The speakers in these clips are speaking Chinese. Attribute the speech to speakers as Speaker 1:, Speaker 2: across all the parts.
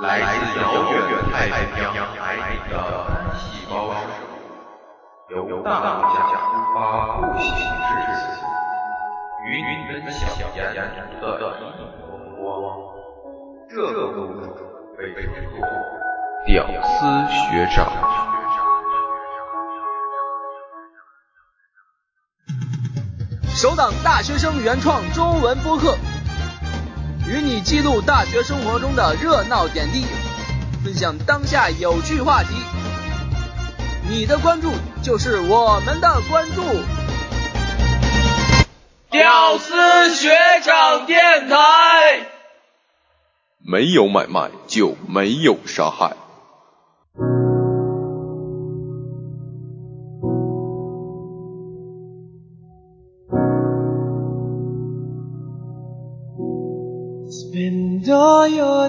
Speaker 1: 来自遥远太平洋海底的单细胞生物，由大陆下发步行至此，与你分享沿途的一种风光。这个物种被称作“屌丝学长”。
Speaker 2: 首档大学生原创中文播客。与你记录大学生活中的热闹点滴，分享当下有趣话题。你的关注就是我们的关注。
Speaker 3: 屌丝学长电台，
Speaker 4: 没有买卖就没有杀害。
Speaker 5: Spend all your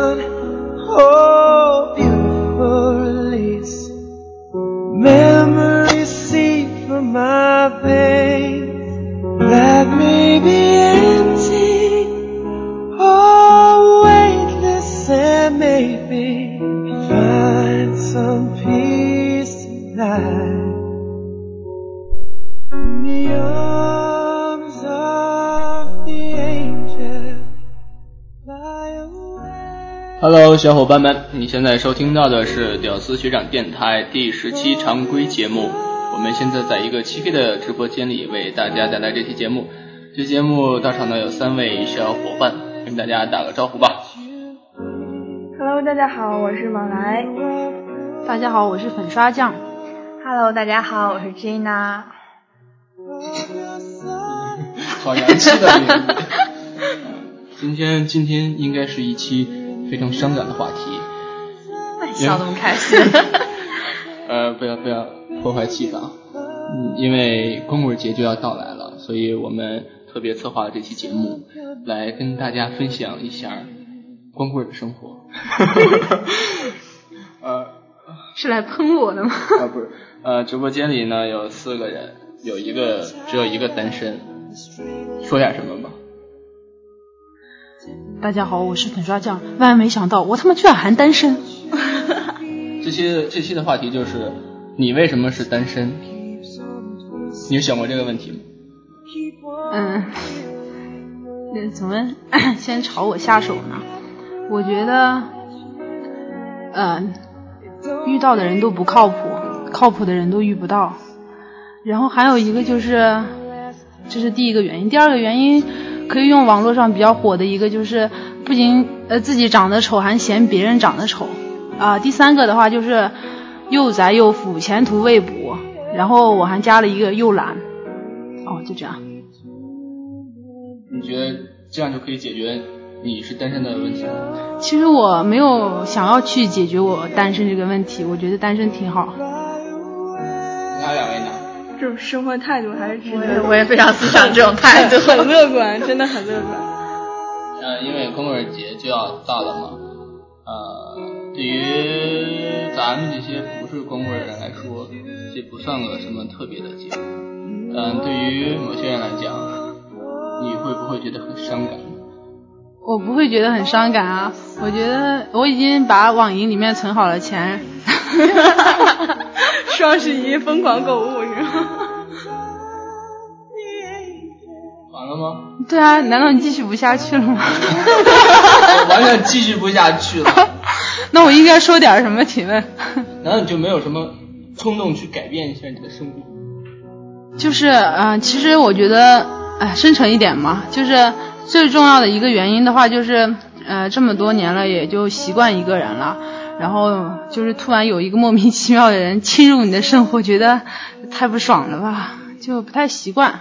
Speaker 5: Oh, beautiful release. Memories seep from my veins that may be empty. Oh, weightless and maybe find some peace tonight. In the arms of the angel, fly away.
Speaker 6: Hello，小伙伴们，你现在收听到的是屌丝学长电台第十期常规节目。我们现在在一个漆黑的直播间里为大家带来这期节目。这节目到场呢有三位小伙伴，跟大家打个招呼吧。
Speaker 7: Hello，大家好，我是猛来。
Speaker 8: 大家好，我是粉刷匠。
Speaker 7: Hello，大家好，我是 Gina。
Speaker 6: 好洋气的名字。今天今天应该是一期非常伤感的话题。
Speaker 8: 笑得那么开心。
Speaker 6: 呃，不要不要破坏气氛啊！嗯，因为光棍节就要到来了，所以我们特别策划了这期节目，来跟大家分享一下光棍的生 活。呃，
Speaker 8: 是来喷我的吗？
Speaker 6: 啊不是，呃，直播间里呢有四个人，有一个只有一个单身，说点什么吧？
Speaker 8: 大家好，我是粉刷匠。万万没想到，我他妈居然还单身。
Speaker 6: 这些这期的话题就是你为什么是单身？你有想过这个问题吗？
Speaker 8: 嗯，那怎么先朝我下手呢？我觉得，呃，遇到的人都不靠谱，靠谱的人都遇不到。然后还有一个就是，这是第一个原因。第二个原因可以用网络上比较火的一个就是，不仅呃自己长得丑，还嫌别人长得丑啊、第三个的话就是，又宅又腐，前途未卜。然后我还加了一个又懒，哦，就这样。
Speaker 6: 你觉得这样就可以解决你是单身的问题吗？
Speaker 8: 其实我没有想要去解决我单身这个问题，我觉得单身挺好。
Speaker 6: 他两位呢？
Speaker 7: 这种生活态度还是值
Speaker 8: 也
Speaker 7: 得
Speaker 8: 我也非常欣赏这种态度
Speaker 7: 很乐观，真的很乐观。
Speaker 6: 呃，因为光棍节就要到了嘛，呃，对于咱们这些不是光棍人来说，这不算个什么特别的节日。但对于某些人来讲，你会不会觉得很伤感？
Speaker 8: 我不会觉得很伤感啊，我觉得我已经把网银里面存好了钱。
Speaker 7: 双十一疯狂购物是吗？
Speaker 6: 完了吗？
Speaker 8: 对啊，难道你继续不下去了吗？
Speaker 6: 我完全继续不下去了。
Speaker 8: 那我应该说点什么？请问，
Speaker 6: 难道你就没有什么冲动去改变一下你的生活？
Speaker 8: 就是呃，其实我觉得，哎，深沉一点嘛，就是最重要的一个原因的话，就是呃，这么多年了，也就习惯一个人了。然后就是突然有一个莫名其妙的人侵入你的生活，觉得太不爽了吧，就不太习惯。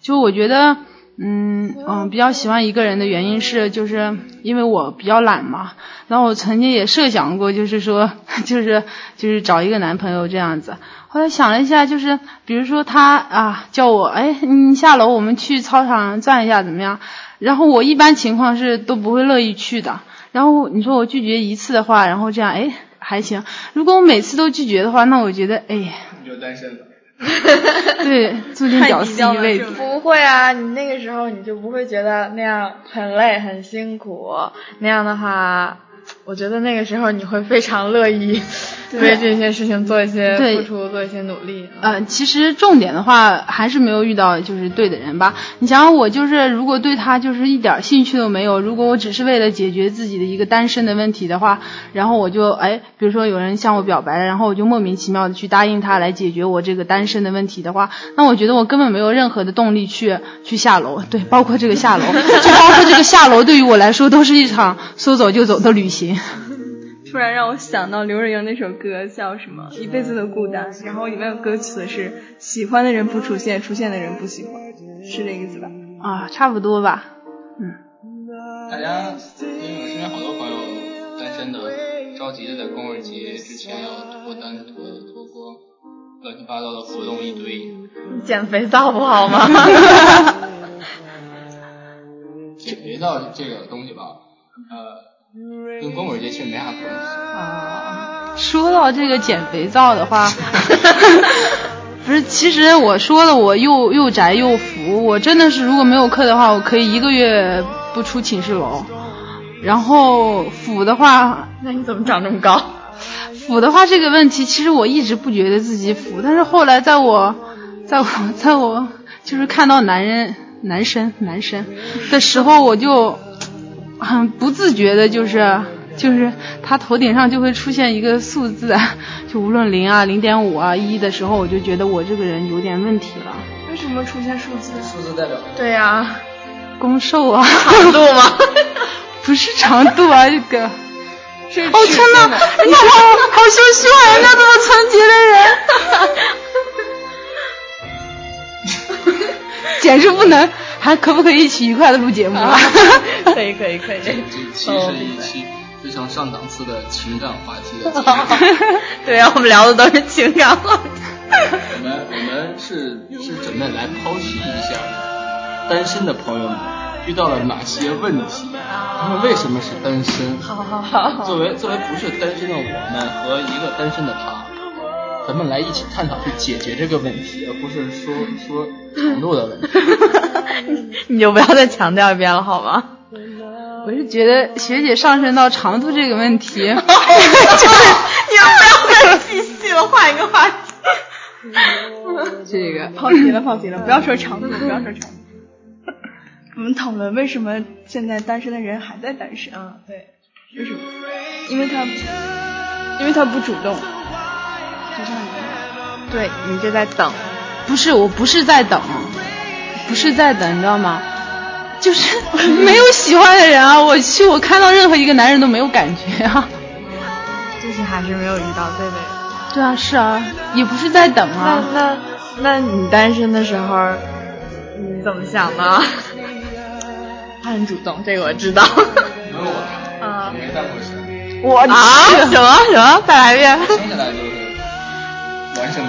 Speaker 8: 就我觉得，嗯嗯，比较喜欢一个人的原因是，就是因为我比较懒嘛。然后我曾经也设想过，就是说， 就是就是找一个男朋友这样子。后来想了一下，就是比如说他啊叫我，哎，你下楼我们去操场转一下怎么样？然后我一般情况是都不会乐意去的。然后你说我拒绝一次的话，然后这样哎还行。如果我每次都拒绝的话，那我觉得哎，
Speaker 6: 你就单身了。
Speaker 8: 对，注定屌丝一辈子。
Speaker 5: 不会啊，你那个时候你就不会觉得那样很累很辛苦。那样的话，我觉得那个时候你会非常乐意为这些事情做一些付出，做一些努力。
Speaker 8: 呃，其实重点的话还是没有遇到就是对的人吧。你想想我就是如果对他就是一点兴趣都没有，如果我只是为了解决自己的一个单身的问题的话，然后我就哎，比如说有人向我表白了，然后我就莫名其妙的去答应他来解决我这个单身的问题的话，那我觉得我根本没有任何的动力去去下楼，对，包括这个下楼，就包括这个下楼对于我来说都是一场说走就走的旅行。
Speaker 9: 突然让我想到刘若英那首歌叫什么《一辈子的孤单》，然后里面有歌词是“喜欢的人不出现，出现的人不喜欢”，是这意思吧？
Speaker 8: 啊，差不多吧。嗯。
Speaker 6: 大家，因为我身边好多朋友单身的，着急的在光棍节之前要脱单、脱脱光，乱七八糟的活动一堆。
Speaker 5: 你减肥皂不好吗？
Speaker 6: 减肥皂这个东西吧，呃。跟光棍节其实没啥关系啊。
Speaker 8: 说到这个减肥皂的 话，不是，其实我说了，我又又宅又服，我真的是如果没有课的话，我可以一个月不出寝室楼。然后腐的话，
Speaker 5: 那你怎么长这么高？
Speaker 8: 腐的话这个问题，其实我一直不觉得自己腐，但是后来在我，在我，在我就是看到男人、男生、男生的时候，我就。很不自觉的，就是就是他头顶上就会出现一个数字， 就无论零啊、零点五啊、一的时候，我就觉得我这个人有点问题了。
Speaker 9: 为什么出现数字？
Speaker 6: 数字代表
Speaker 5: 对呀、啊，
Speaker 8: 攻受啊，
Speaker 5: 长度吗？
Speaker 8: 不是长度啊，这个。
Speaker 5: 是
Speaker 8: 哦天哪，人家好好羞羞 啊，人家这么纯洁的人，简直不能。还可不可以一起愉快的录节目啊？
Speaker 5: 可以可以可以。
Speaker 6: 这一期是一期非常上档次的情感话题 的节目。
Speaker 5: 对啊，我们聊的都是情感话题。
Speaker 6: 我们我们是是准备来剖析一下单身的朋友们遇到了哪些问题，他们为什么是单身？
Speaker 5: 好好好。
Speaker 6: 作为作为不是单身的我们和一个单身的他。咱们来一起探讨去解决这个问题，而不是说说程度的问题。
Speaker 5: 你就不要再强调一遍了，好吗？
Speaker 8: 我是觉得学姐上升到长度这个问 题，就是你不
Speaker 5: 要再继续了，换一个话题。
Speaker 8: 这个
Speaker 9: 跑题了，跑题了，不要说长度，不要说长度。我们讨论为什么现在单身的人还在单身
Speaker 5: 啊？对，
Speaker 9: 为什么？因为他，因为他不主动。
Speaker 5: 对你就在等，
Speaker 8: 不是，我不是在等，不是在等，你知道吗？就是 没有喜欢的人啊！我去，我看到任何一个男人都没有感觉啊。
Speaker 5: 就是还是没有遇到对的人。
Speaker 8: 对啊，是啊，也不是在等
Speaker 5: 啊。那那那你单身的时候，你怎么想呢？他很主动，这个我知道。
Speaker 6: 啊
Speaker 8: 我
Speaker 5: 啊什么什么？再来一 遍。
Speaker 6: 听起来就是。完整。
Speaker 5: 好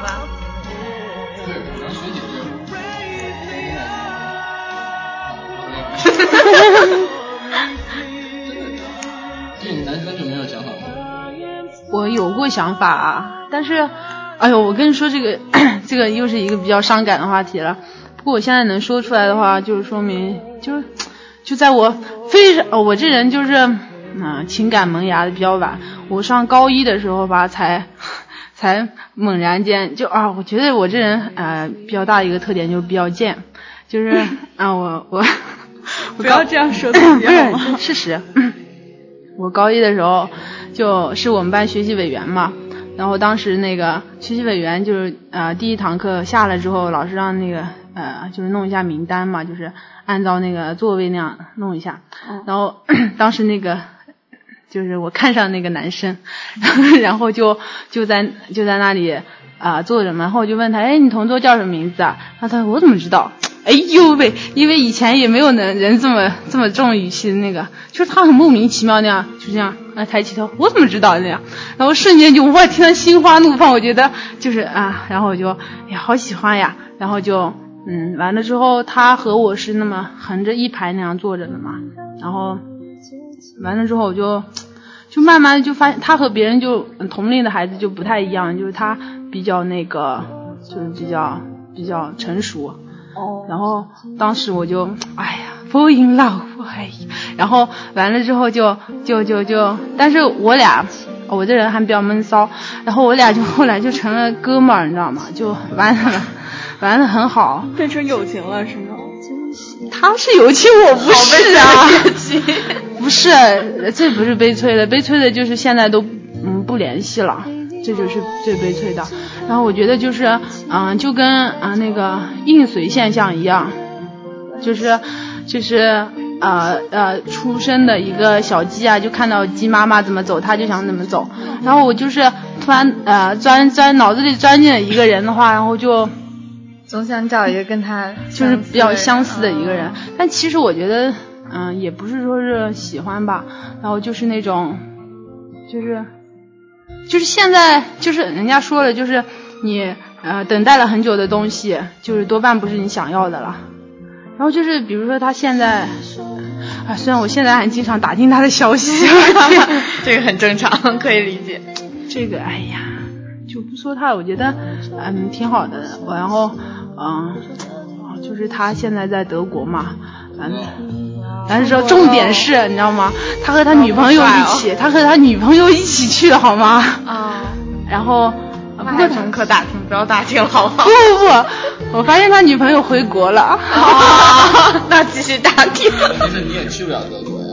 Speaker 5: 吧。
Speaker 6: 对，可能学姐这。对男生就没有想法吗？
Speaker 8: 我有过想法，啊，但是，哎呦，我跟你说这个， 这个又是一个比较伤感的话题了。不过我现在能说出来的话，就是说明，就是就在我非常、哦，我这人就是。嗯，情感萌芽的比较晚。我上高一的时候吧，才 才猛然间就啊，我觉得我这人呃比较大的一个特点就是比较贱，就是啊我我
Speaker 9: 不要这样说自己好吗？
Speaker 8: 事实，我高一的时候就是我们班学习委员嘛，然后当时那个学习委员就是呃第一堂课下来之后，老师让那个呃就是弄一下名单嘛，就是按照那个座位那样弄一下，然后 当时那个。 就是我看上那个男生，然后就就在就在那里啊、作者们，然后我就问他，哎，你同桌叫什么名字啊？然后他说我怎么知道？哎呦喂，因为以前也没有人人这么这么重语气的那个，就是他很莫名其妙那样，就这样啊抬起头，我怎么知道那样？然后瞬间就哇听到心花怒放，我觉得就是啊，然后我就哎呀好喜欢呀，然后就嗯完了之后，他和我是那么横着一排那样坐着的嘛，然后完了之后我就就慢慢地就发现他和别人就同龄的孩子就不太一样，就是他比较那个就是比较比较成熟，然后当时我就哎呀，fall in love，哎呀，然后完了之后就就就就，但是我俩我这人还比较闷骚，然后我俩就后来就成了哥们儿，你知道吗？就玩的玩的很好，
Speaker 9: 变成友情了是吗？
Speaker 8: 他是有情，我不是啊， 不是，这不是悲催的，悲催的就是现在都嗯不联系了，这就是最悲催的。然后我觉得就是嗯、就跟啊、那个应随现象一样，就是就是呃呃出生的一个小鸡啊，就看到鸡妈妈怎么走，它就想怎么走。然后我就是突然呃钻钻脑子里钻进了一个人的话，然后就。
Speaker 5: 总想找一个跟他
Speaker 8: 就是比较相似
Speaker 5: 似
Speaker 8: 的一个人
Speaker 5: 嗯。
Speaker 8: 但其实我觉得，嗯、也不是说是喜欢吧，然后就是那种，就是，就是现在就是人家说了，就是你呃等待了很久的东西，就是多半不是你想要的了。然后就是比如说他现在，啊，虽然我现在还经常打听他的消息，
Speaker 5: 这个很正 常，可以理解。
Speaker 8: 这个哎呀，就不说他了，我觉得嗯挺好的。我然后嗯，就是他现在在德国嘛，嗯。但是说重点是，你知道吗？他和他女朋友一
Speaker 5: 哦
Speaker 8: 起，他和他女朋友一起去的好吗？
Speaker 5: 啊，
Speaker 8: 然后，呃不
Speaker 5: 不
Speaker 8: 过
Speaker 5: 过
Speaker 8: 他
Speaker 5: 可打听，不要打听了，好不好
Speaker 8: 不？不不，我发现他女朋友回国了。
Speaker 5: 那继续打听。
Speaker 6: 其实你也去不了德国呀。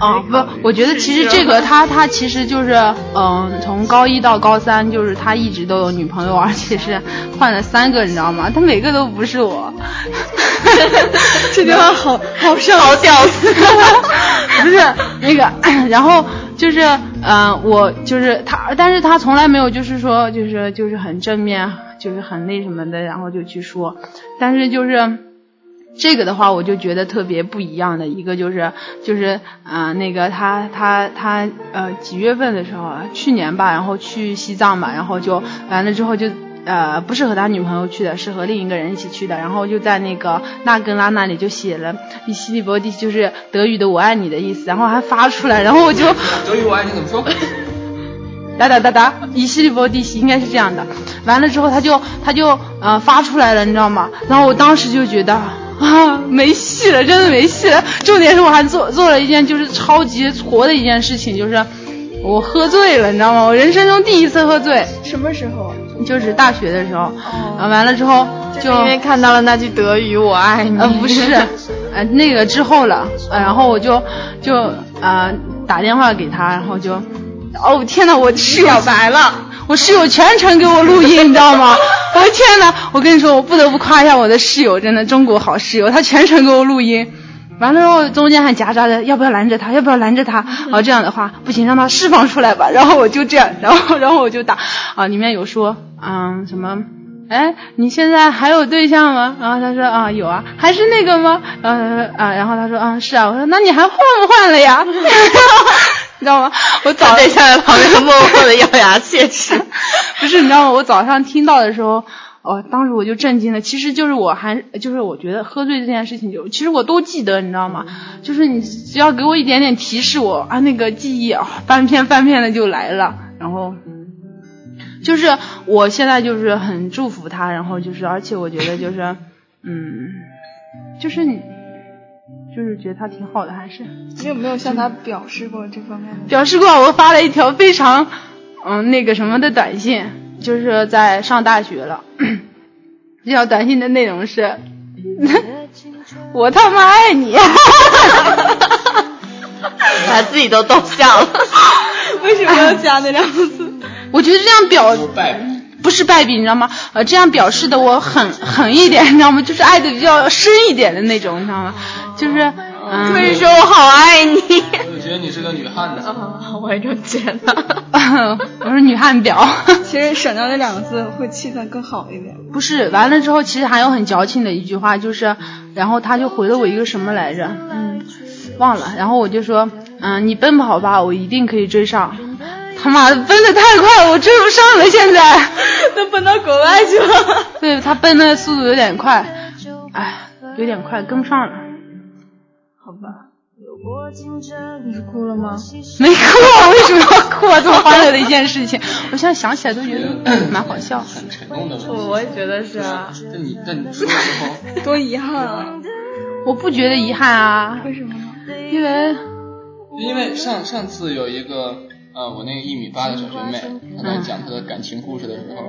Speaker 8: 哦，不，我觉得其实这 个他他其实就是，嗯，从高一到高三，就是他一直都有女朋友，而且是换了三个，你知道吗？他每个都不是 我。这地方好好上好屌丝， 不是那个，然后就是，嗯、我就是他，但是他从来没有就是说就是就是很正面，就是很那什么的，然后就去说，但是就是。这个的话，我就觉得特别不一样的一个就是就是呃那个他他他呃几月份的时候啊，去年吧，然后去西藏嘛，然后就完了之后就呃不是和他女朋友去的，是和另一个人一起去的，然后就在那个纳根拉那里就写了“伊西利伯蒂”，就是德语的“我爱你”的意思，然后还发出来，然后我就。
Speaker 6: 德语我爱你怎么说？
Speaker 8: 哒哒哒哒，一系列地形应该是这样的。完了之后，他就他就呃发出来了，你知道吗？然后我当时就觉得啊，没戏了，真的没戏了。重点是我还做做了一件就是超级挫的一件事情，就是我喝醉了，你知道吗？我人生中第一次喝醉，
Speaker 9: 什么时候啊？
Speaker 8: 就是大学的时候。啊，完了之后就
Speaker 5: 哦因为看到了那句德语“我爱你”，
Speaker 8: 呃，不是，呃，那个之后了，呃，然后我就就呃打电话给他，然后就，哦天呐，我室友表白了，我室友全程给我录音，你知道吗？ 我的天呐，我跟你说，我不得不夸一下我的室友，真的中国好室友，他全程给我录音。完了之后，中间还夹杂着要不要拦着他，要不要拦着他，哦这样的话不行，让他释放出来吧。然后我就这样，然后然后我就打啊，里面有说嗯什么。哎，你现在还有对象吗？然后他说啊有啊，还是那个吗？然后他说啊，然后他说啊是啊，我说那你还换不换了 呀？你知道吗？我早
Speaker 5: 对象在旁边默默的咬牙切齿。
Speaker 8: 不是，你知道吗？我早上听到的时候，哦，当时我就震惊了。其实就是我还就是我觉得喝醉这件事情就，其实我都记得，你知道吗？
Speaker 5: 嗯
Speaker 8: 就是你只要给我一点点提示我，啊那个记忆啊、翻篇翻篇的就来了。然后就是我现在就是很祝福他，然后就是而且我觉得就是嗯，就是你就是觉得他挺好的，还是。
Speaker 9: 你有没有向他表示过这方面的？
Speaker 8: 表示过，我发了一条非常嗯那个什么的短信，就是在上大学了。 这条短信的内容是：我他妈爱你。
Speaker 5: 他自己都逗笑 了。
Speaker 9: 为什么要加 那两个 字？
Speaker 8: 我觉得这样表
Speaker 6: 拜你。
Speaker 8: 不是败笔，你知道吗？呃，这样表示 哦的我狠狠一点，你知道吗？就是爱的比较深一点的那种，你知道吗？就是嗯、分手，我好爱你。
Speaker 6: 我觉得你是个女汉子。
Speaker 5: 啊，我也这么觉得。
Speaker 8: 我是女汉婊。
Speaker 9: 其实省掉这两个字会气氛更好一点。
Speaker 8: 不是，完了之后其实还有很矫情的一句话，就是，然后他就回了我一个什么来着？嗯，忘了。然后我就说，嗯，你奔跑吧，我一定可以追上。他妈的，奔的太快，我追不上了，现 在。
Speaker 5: 都奔到国外去了。
Speaker 8: 对他奔的速度有点快，哎，有点快，跟不上了。
Speaker 9: 好吧，
Speaker 5: 你是哭了吗？
Speaker 8: 没哭，我为什么要哭啊？这么欢乐的一件事情，我现在想起来都觉 得蛮好笑。
Speaker 6: 很沉重的问
Speaker 5: 我
Speaker 6: 题。
Speaker 5: 我也觉得是啊。
Speaker 6: 那你那你说的时候，
Speaker 9: 多遗憾啊！
Speaker 8: 我不觉得遗憾啊，
Speaker 9: 为什么呢？
Speaker 8: 因为
Speaker 6: 因为上上次有一个呃，我那个一米八的小学妹，她在讲她的感情故事的时候，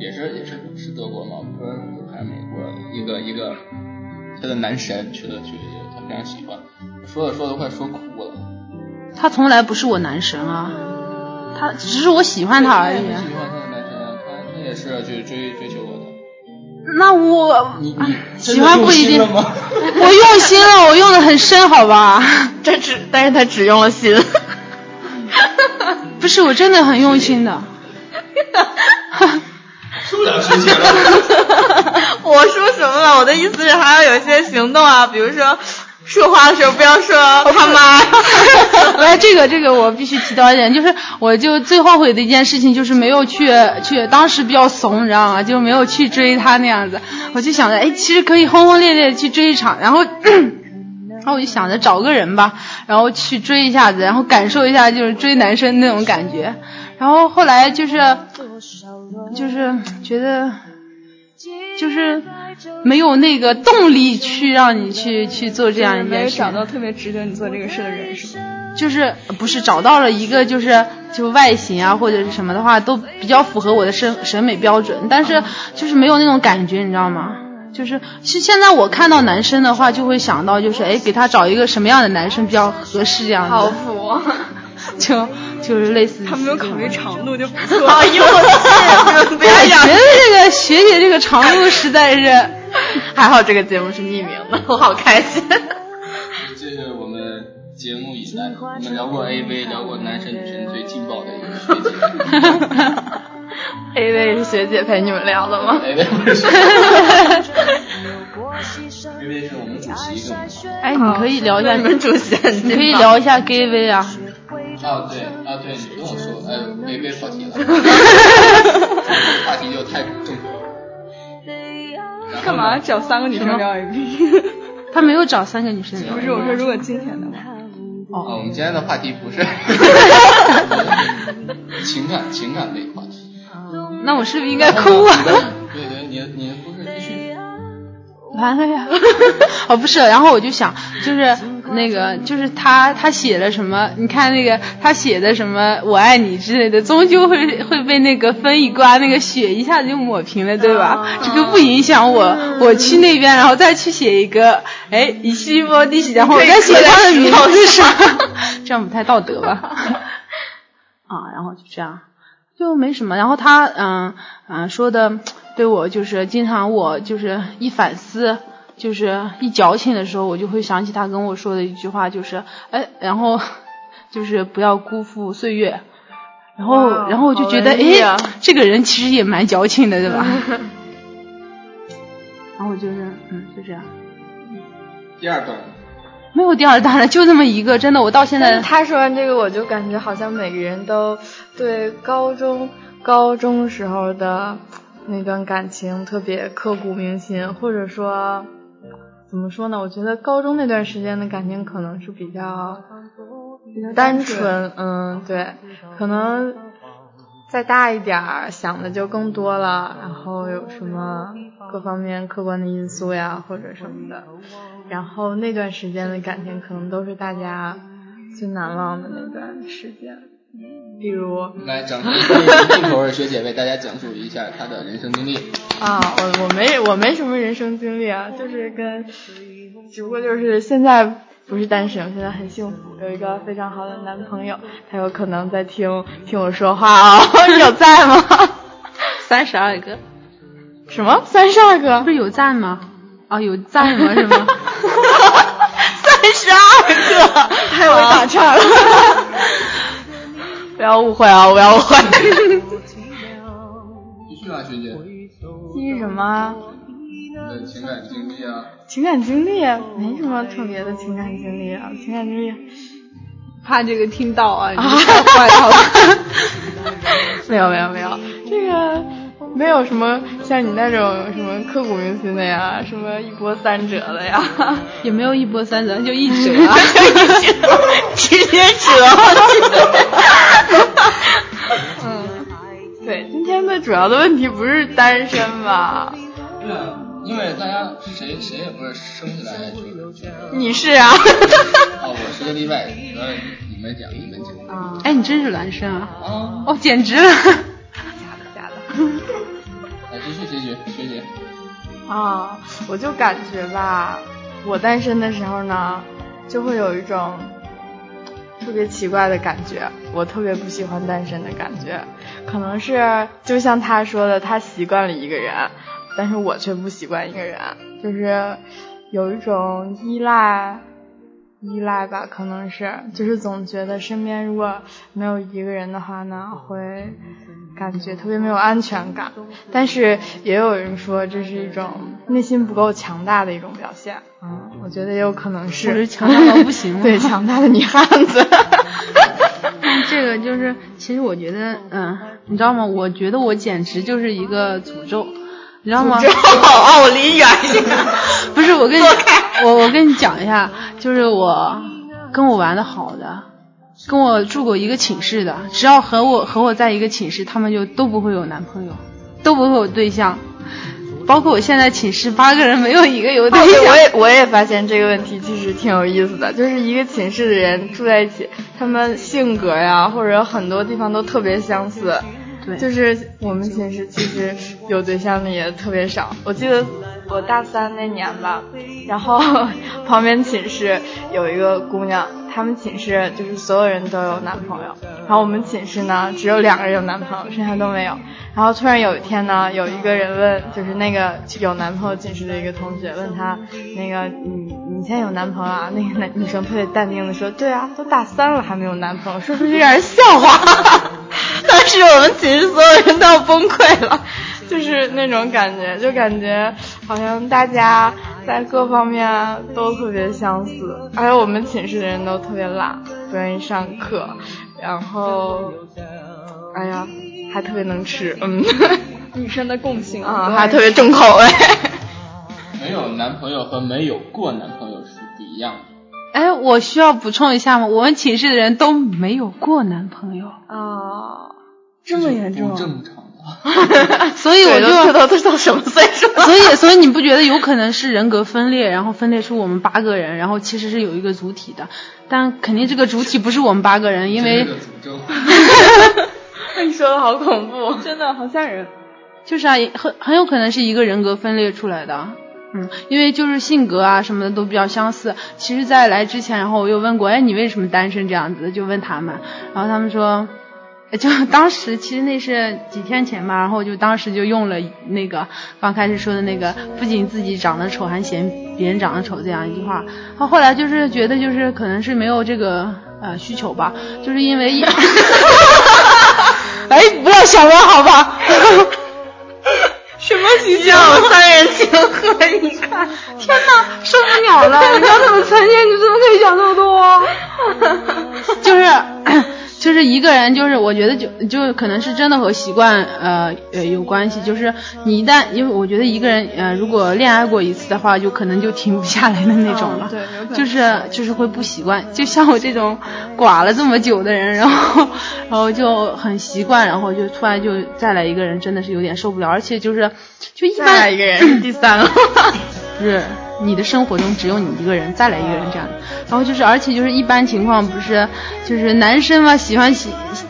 Speaker 6: 也是也是是德国嘛，不知道是还是美国，一个一个她的男神去的去，她非常喜欢，说着说着快说哭了，
Speaker 8: 他从来不是我男神啊，他只是我喜欢他而已。
Speaker 6: 她也喜欢她的男神啊，她她也是去追追求 我的，
Speaker 8: 那我啊
Speaker 6: 你你
Speaker 8: 喜欢不一定
Speaker 6: 真的用心了吗？
Speaker 8: 我用心了，我用的很深，好吧？
Speaker 5: 这只， 但是他只用了心。
Speaker 8: 不是，我真的很用 心的。
Speaker 6: 输不了学姐了。
Speaker 5: 我说什么了？我的意思是还要有一些行动啊，比如说说话的时候不要说
Speaker 8: 哦
Speaker 5: 他 妈。
Speaker 8: 哎，这个这个我必须提到一点，就是我就最后悔的一件事情就是没有去去，当时比较怂，你知道吗？就没有去追他那样子。我就想着，哎，其实可以轰轰烈烈地去追一场，然后。然后我就想着找个人吧，然后去追一下子，然后感受一下就是追男生那种感觉。然后后来就是就是觉得就是没有那个动力去让你去去做这样一
Speaker 9: 没
Speaker 8: 件
Speaker 9: 有
Speaker 8: 事
Speaker 9: 找。到特别值得你做这个事的人，是吧？
Speaker 8: 就是不是找到了一个就是就外形啊或者是什么的话都比较符合我的审审美标准，但是就是没有那种感觉，你知道吗？就是是现在我看到男生的话，就会想到就是哎，给他找一个什么样的男生比较合适这样子，
Speaker 5: 谱。
Speaker 8: 就就是类似于
Speaker 9: 哦他没有考虑
Speaker 8: 这种。哎
Speaker 9: 长度就不错。哎
Speaker 5: 好 幼稚，你们不要
Speaker 8: 我觉
Speaker 5: 养。
Speaker 8: 得这个学姐这个长度实在是，
Speaker 5: 还好这个节目是匿名的，我好开心。
Speaker 6: 这是我们节目以来，我们聊过 AV，聊过男神女神最劲爆的一个学姐。
Speaker 5: A 位是学姐陪你们聊的吗？
Speaker 6: AV 不是，AV 是我们主席跟我们说。
Speaker 8: 哎，你可以聊一下，
Speaker 5: 那你们主席很
Speaker 8: 你
Speaker 5: 劲
Speaker 8: 可以
Speaker 5: 爆
Speaker 8: 聊一下 gay 微啊，
Speaker 6: 啊对啊对，你跟我说，哎，没被跑题 了，话题就太重了。然后呢
Speaker 9: 干嘛？找三个女生聊 AV？
Speaker 8: 他没有找三个女生聊
Speaker 9: 不，是，我说如果今天的话，
Speaker 6: 啊，我们今天的话题不是情感情感类话题。
Speaker 8: 那我是不是应该 哭啊？
Speaker 6: 对对，你你不是必须
Speaker 8: 完了呀！ 哦，不是，然后我就想，就是那个，就是他他写了什么？你看那个他写的什么“我爱你”之类的，终究会会被那个风一刮，那个雪一下子就抹平了，对吧？这个不影响我，我去那边，然后再去写一个，哎，以西波地喜，然后我再写他的名字是吧？ 这样不太道德吧？啊，然后就这样，就没什么。然后他嗯嗯、说的对我就是经常我就是一反思，就是一矫情的时候，我就会想起他跟我说的一句话，就是哎，然后 就是不要辜负岁月。然后
Speaker 5: 哇
Speaker 8: 然后我就
Speaker 5: 好
Speaker 8: 觉得，
Speaker 5: 文艺
Speaker 8: 哎、
Speaker 5: 啊
Speaker 8: 这个人其实也蛮矫情的，对吧？然后我就是，嗯，就这样，
Speaker 6: 第二段。
Speaker 8: 没有第二弹了，就那么一个，真的，我到现
Speaker 5: 但是
Speaker 8: 在
Speaker 5: 他说完这个，我就感觉好像每个人都对高中高中时候的那段感情特别刻骨铭心，或者说怎么说呢？我觉得高中那段时间的感情可能是比较单纯，嗯，对，可能再大一点儿想的就更多了，然后有什么各方面客观的因素呀，或者什么的，然后那段时间的感情可能都是大家最难忘的那段时间，比如
Speaker 6: 来，掌声对镜头儿学姐为大家讲述一下她的人生经历。
Speaker 5: 啊，我我没我没什么人生经历啊，就是跟，只不过就是现在不是单身，我现在很幸福，有一个非常好的男朋友，他有可能在听听我说话哦，你 有在 吗？
Speaker 8: 三十二个，
Speaker 5: 什么三十二个哦
Speaker 8: 不？是有赞吗？啊，有赞吗？是吗？
Speaker 5: 三
Speaker 8: 十二个，
Speaker 5: 太会打岔 了。
Speaker 8: 不要误会啊！不要 误会。
Speaker 6: 继续啊，学姐。
Speaker 5: 继续什么？
Speaker 6: 你的情感经历啊。
Speaker 5: 情感经历没什么特别的情感经历啊，情感经历。
Speaker 8: 怕这个听到啊，你 太坏了。
Speaker 5: 没有没有没有，这个没有什么像你那种什么刻骨铭心的呀，什么一波三折的呀，
Speaker 8: 也没有一波三折，就一折，啊
Speaker 5: 直接折。嗯，对，今天的主要的问题不是单身吧？
Speaker 6: 对啊，因为大家谁谁也不是生下来就是
Speaker 5: 你是啊？
Speaker 6: 哦，我是个例外，你们讲，你们讲。
Speaker 8: 啊！哎，你真是孪生啊！
Speaker 6: 啊！
Speaker 8: 哦，简直了！
Speaker 5: 假的，假的。
Speaker 6: 来，哎继续学姐，学姐。
Speaker 5: 啊，我就感觉吧，我单身的时候呢，就会有一种特别奇怪的感觉，我特别不喜欢单身的感觉，可能是就像他说的，他习惯了一个人，但是我却不习惯一个人，就是有一种依赖。依赖吧，可能是，就是总觉得身边如果没有一个人的话呢，会感觉特别没有安全感。但是也有人说这是一种内心不够强大的一种表现。嗯，我觉得也有可能是。
Speaker 8: 是强大到不行啊 吗？
Speaker 5: 对，强大的女汉子。
Speaker 8: 这个就是，其实我觉得，嗯，你知道吗？我觉得我简直就是一个诅咒。你知道 吗？
Speaker 5: 哦，我离远一点。
Speaker 8: 不是，我跟你，我我跟你讲一下，就是我跟我玩的好的，跟我住过一个寝室的，只要和我和我在一个寝室，他们就都不会有男朋友，都不会有对象。包括我现在寝室八个人，没有一个有对象。
Speaker 5: 我也我也发现这个问题其实挺有意思的，就是一个寝室的人住在一起，他们性格呀或者很多地方都特别相似。
Speaker 8: 对，
Speaker 5: 就是我们寝室其实有对象的也特别少。我记得我大三那年吧，然后旁边寝室有一个姑娘，她们寝室就是所有人都有男朋友，然后我们寝室呢只有两个人有男朋友，剩下都没有。然后突然有一天呢，有一个人问，就是那个有男朋友寝室的一个同学问他，那个你你现在有男朋友啊？那 个男女生特别淡定的说，对啊，都大三了还没有男朋友，是不是让人笑话？ 当时我们寝室所有人都要崩溃了，就是那种感觉，就感觉好像大家在各方面都特别相似，而且我们寝室的人都特别懒，不愿意上课，然后，哎呀，还特别能吃， 嗯，
Speaker 9: 女生的共性
Speaker 5: 啊，还特别重口哎味。
Speaker 6: 没有男朋友和没有过男朋友是不一样的。
Speaker 8: 哎，我需要补充一下吗？我们寝室的人都没有过男朋友
Speaker 5: 啊、哦，
Speaker 9: 这么严重、
Speaker 6: 啊？正常啊！
Speaker 8: 所以我就
Speaker 5: 都都到什么岁数？
Speaker 8: 所以，所以你不觉得有可能是人格分裂，然后分裂出我们八个人，然后其实是有一个主体的，但肯定这个主体不是我们八个人，因为
Speaker 5: 你说的好恐怖，
Speaker 9: 真的好吓人。
Speaker 8: 就是啊，很很有可能是一个人格分裂出来的。嗯，因为就是性格啊什么的都比较相似。其实，在来之前，然后我又问过，哎，你为什么单身这样子？就问他们，然后他们说，就当时其实那是几天前吧，然后就当时就用了那个刚开始说的那个，不仅自己长得丑，还嫌别人长得丑这样一句话。然后后来就是觉得就是可能是没有这个呃需求吧，就是因为，哎，不要想了，好吧。
Speaker 5: 什么形象？
Speaker 8: 三人情和，你看，
Speaker 5: 天哪，受不了 了！你要怎么成年？你怎么可以想这么
Speaker 8: 多？就是 就是一个人，就是我觉得就就可能是真的和习惯呃呃有关系。就是你一旦因为我觉得一个人呃如果恋爱过一次的话，就可能就停不下来的那种了。
Speaker 9: 嗯、对，
Speaker 8: 就是就是会不习惯。就像我这种寡了这么久的人，然后然后就很习惯，然后就突然就再来一个人，真的是有点受不了。而且就是。就一般
Speaker 5: 来一个人，第三了。
Speaker 8: 不 是，你的生活中只有你一个人，再来一个人这样的。然后就是，而且就是一般情况不是，就是男生嘛喜欢喜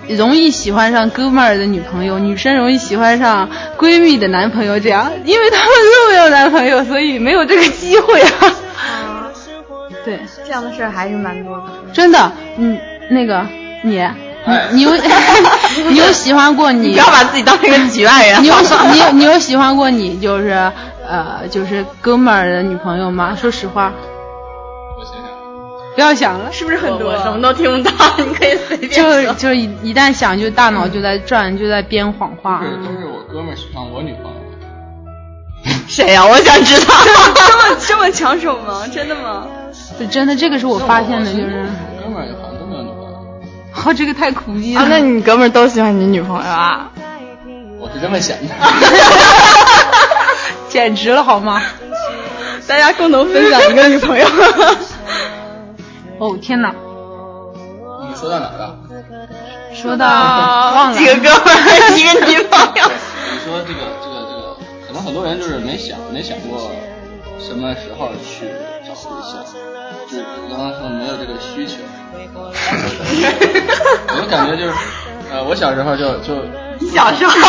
Speaker 8: 容易喜欢上哥们儿的女朋友，女生容易喜欢上闺蜜的男朋友这样，因为他们都没有男朋友，所以没有这个机会啊。
Speaker 5: 啊
Speaker 8: 对，
Speaker 5: 这样的事儿还是蛮多的。
Speaker 8: 真的，嗯，那个你。你有 你有喜欢过你？
Speaker 5: 不要把自己当成一个局外人。啊
Speaker 8: 你有你有你有喜欢过你就是呃就是哥们儿的女朋友吗？说实话。
Speaker 6: 我想想，
Speaker 8: 不要想了，
Speaker 9: 是不是很多？
Speaker 5: 我什么都听不到， 你可以随便
Speaker 8: 就就一一旦想，就大脑就在转，就在编谎话。
Speaker 6: 是，
Speaker 5: 嗯
Speaker 6: 都是我哥们儿喜欢我女朋友。
Speaker 5: 谁呀、我想知道。
Speaker 9: 这么这么抢手吗？真的吗？
Speaker 8: 就真的，这个是我发现的，就
Speaker 6: 我身
Speaker 8: 是
Speaker 6: 边，我哥们儿好像都没有女朋友，
Speaker 8: 哦，这个太苦逼了。
Speaker 5: 啊，那你哥们儿都喜欢你女朋友啊？
Speaker 6: 我是这么想的。
Speaker 8: 简直了好 吗？
Speaker 9: 大家共同分享一个女朋友。
Speaker 8: 哦天哪！
Speaker 6: 你说到哪儿了？
Speaker 8: 说到忘了
Speaker 5: 几个哥们儿，一个女朋友。
Speaker 6: 你说这个这个这个，可能很多人就是没想没想过什么时候去找对象，就是刚刚说没有这个需求。我就感觉就是，呃，我小时候就就
Speaker 5: 你小时候是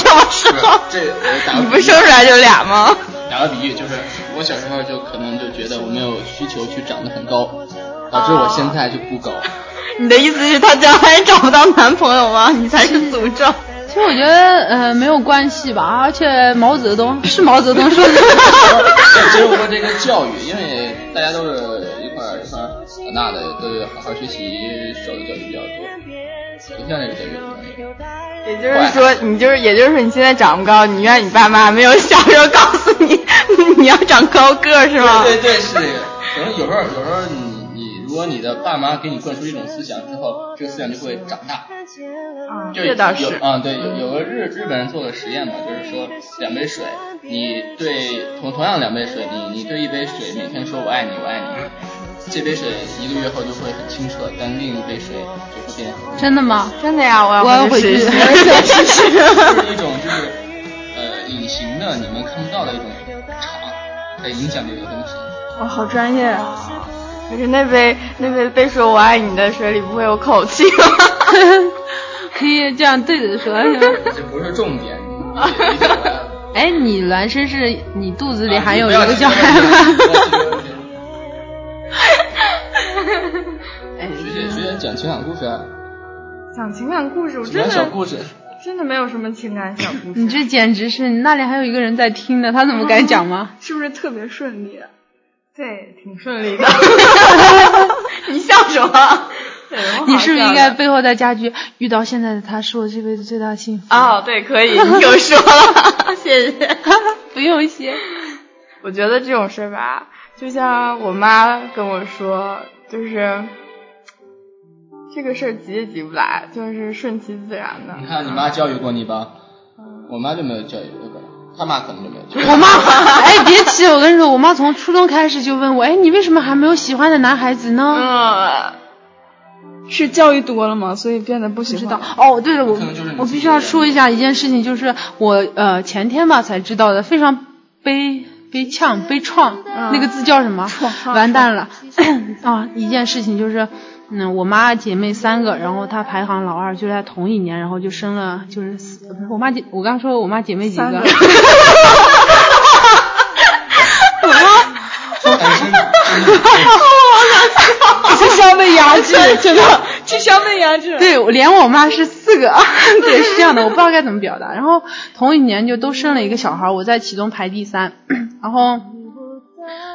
Speaker 5: 什么时
Speaker 6: 不是
Speaker 5: 候？
Speaker 6: 这我打个
Speaker 5: 你
Speaker 6: 比
Speaker 5: 不
Speaker 6: 喻
Speaker 5: 生出来就俩吗？
Speaker 6: 打个比喻，就是我小时候就可能就觉得我没有需求去长得很高，导致我现在就不高。
Speaker 5: 你的意思是她将来找不到男朋友吗？你才是诅咒。
Speaker 8: 其实我觉得呃没有关系吧，而且毛泽东是毛泽东说的，
Speaker 6: 接受过这个教育，因为大家都是一块儿一块儿长大的，都是好好学习，受的教育比较多，不像这个教育比较多。
Speaker 5: 也就是说，你就是，也就是说，你现在长不高，你怨你爸妈没有小时候告诉你你要长高个儿是吗？
Speaker 6: 对对对，是这个。可能有时候有时候你你如果你的爸妈给你灌输一种思想之后，这个思想就会长大。
Speaker 5: 啊
Speaker 6: 就
Speaker 5: 这倒是
Speaker 6: 有。啊，对，有有个日日本人做个实验嘛，就是说两杯水，你对同同样两杯水，你你对一杯水每天说我爱你我爱你，这杯水一个月后就会很清澈，但另一杯水就会变很
Speaker 8: 真的吗？
Speaker 5: 真的呀，我
Speaker 8: 我要
Speaker 5: 要
Speaker 8: 回
Speaker 5: 试
Speaker 8: 去
Speaker 5: 一试。
Speaker 8: 试试。
Speaker 6: 就是一种就是呃隐形的你们看不到的一种呃场在影响这个东西。
Speaker 5: 哇，好专业啊！可是那杯那杯被说我爱你的水里不会有口气吗？
Speaker 8: 可以这样对着说是吧？
Speaker 6: 这不是重点，你理解理解完。
Speaker 8: 哎，你孪生是你肚子里
Speaker 6: 啊
Speaker 8: 含
Speaker 6: 你
Speaker 8: 有
Speaker 6: 不
Speaker 8: 一
Speaker 6: 要
Speaker 8: 个
Speaker 6: 提
Speaker 8: 叫
Speaker 6: 这
Speaker 8: 什
Speaker 6: 个 问题不要提
Speaker 8: 么？
Speaker 6: 这个问题
Speaker 8: 哎，
Speaker 6: 学姐学姐讲情感故事啊，
Speaker 5: 讲情感故事，我
Speaker 6: 讲
Speaker 5: 真
Speaker 6: 小
Speaker 5: 的
Speaker 6: 故事。
Speaker 5: 真的没有什么情感小故事。
Speaker 8: 你这简直是，你那里还有一个人在听呢，他怎么敢讲 吗？
Speaker 9: 是不是特别顺利？
Speaker 5: 对挺顺利的。你笑什 么？有什么好笑的
Speaker 8: 你是不是应该背后再加句？遇到现在的他是我这辈子最大幸福。
Speaker 5: 哦，对，可以，你有说了，谢谢。
Speaker 8: 不用谢。
Speaker 5: 我觉得这种事儿吧，就像我妈跟我说，就是这个事儿急也急不来，就是顺其自然的
Speaker 6: 你。看你妈教育过你吧？我妈就没有教育过，她妈可能就没有教育。
Speaker 8: 嗯我妈， 哎，别急，我跟你说，我妈从初中开始就问我，哎，你为什么还没有喜欢的男孩子呢？
Speaker 5: 嗯，
Speaker 9: 呃是教育多了吗？所以变得不喜
Speaker 8: 不知
Speaker 9: 欢。
Speaker 8: 道哦，对了，我
Speaker 6: 可能就是你
Speaker 8: 我
Speaker 6: 自己
Speaker 8: 必须要
Speaker 6: 的
Speaker 8: 说一下一件事情，就是我呃前天吧才知道的，非常悲悲呛悲怆，
Speaker 9: 嗯
Speaker 8: 那个字叫什么？完蛋了 啊！一件事情就是，嗯，我妈姐妹三个，然后她排行老二，就在同一年，然后就生了，就是四不是我妈姐，我刚说我妈姐妹几
Speaker 9: 三
Speaker 8: 个
Speaker 9: 个，
Speaker 6: 但是
Speaker 8: 智商被压制，真的。
Speaker 9: 智商被压制。
Speaker 8: 对，我连我妈是四个， 对，是这样的，我不知道该怎么表达。然后同一年就都生了一个小孩，我在其中排第三， 然后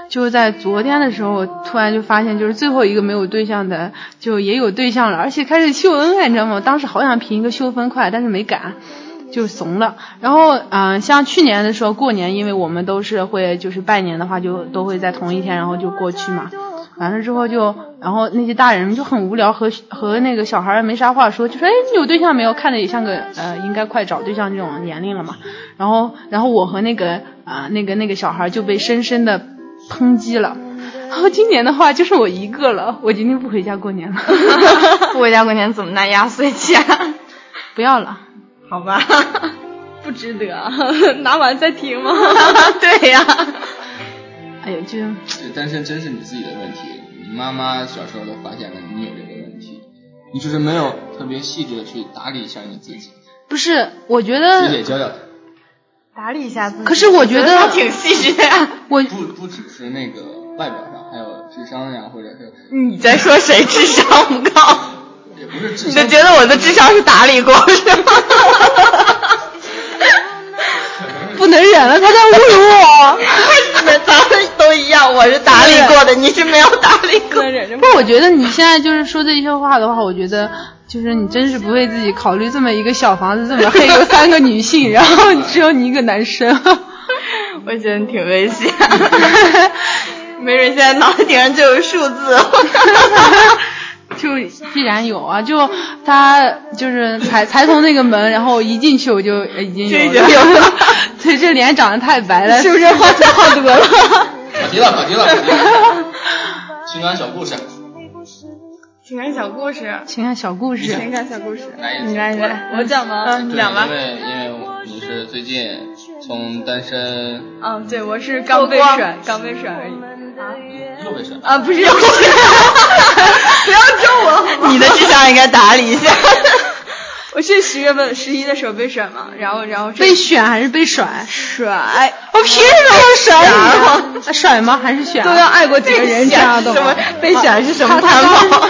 Speaker 8: 就是在昨天的时候，我突然就发现，就是最后一个没有对象的就也有对象了，而且开始秀恩爱，你知道吗？我当时好想评一个秀分快，但是没敢。就怂了，然后嗯、像去年的时候过年，因为我们都是会就是拜年的话，就都会在同一天，然后就过去嘛。完了之后就，然后那些大人们就很无聊，和和那个小孩儿没啥话说，就说哎你有对象没有？看着也像个呃应该快找对象这种年龄了嘛。然后然后我和那个啊、那个那个小孩儿就被深深的抨击了。 然后今年的话就是我一个了，我决定不回家过年了，
Speaker 5: 不回家过年怎么拿压岁钱？
Speaker 8: 不要了。
Speaker 5: 好 吧，
Speaker 9: 不值得，拿完再听 吗？
Speaker 5: 对呀、
Speaker 8: 哎呦，就
Speaker 6: 这单身真是你自己的问题。你妈妈小时候都发现了你有这个问题，你就是没有特别细致的去打理一下你自己。
Speaker 8: 不是，我觉
Speaker 6: 学姐
Speaker 8: 得，
Speaker 6: 教教她，
Speaker 5: 打理一下自己。
Speaker 8: 可是我觉得
Speaker 5: 他挺细致的呀。
Speaker 8: 我
Speaker 6: 不不只是那个外表上，还有智商呀，或者是
Speaker 5: 你在说谁智商不高？
Speaker 6: 也不是智
Speaker 5: 你就
Speaker 6: 商。
Speaker 5: 觉得我的智商是打理过是 吗？
Speaker 8: 不能忍了，他在侮辱我。
Speaker 5: 咱们都
Speaker 10: 都一样，我是打理过的，你是没有打理过。
Speaker 8: 不，我觉得你现在就是说这些话的话，我觉得就是你真是不为自己考虑，这么一个小房子，这么黑，有三个女性，然后只有你一个男生，
Speaker 10: 我觉得挺危险。 没准现在脑袋顶上就有数字。
Speaker 8: 就必然有啊！就他就是才才从那个门，然后一进去我就呃已经有了。有了 对，这脸长得太白了，
Speaker 10: 是不是话题话多
Speaker 11: 了？ 跑题了，跑题了，跑题了！情感小故事，
Speaker 5: 情感小故事，
Speaker 8: 情感小故事，哎
Speaker 5: 情感小故事，
Speaker 8: 你来，
Speaker 5: 你来，我讲吗？嗯，你讲吧。
Speaker 6: 因为因为你是最近从单身，
Speaker 5: 嗯，对，我是刚被甩，刚被甩而已。
Speaker 6: 又被甩
Speaker 8: 呃
Speaker 5: 啊！不是又被甩，不要咒
Speaker 10: 我！你的智商应该打理一下。
Speaker 5: 我是十月份、十一的时候被甩嘛，然后然后
Speaker 8: 被选还是被甩？
Speaker 5: 甩！
Speaker 10: 我凭什么要甩
Speaker 8: 你啊？甩吗？还是选？
Speaker 5: 都要爱过几个人，知道
Speaker 10: 的吗？被选是什么贪跑？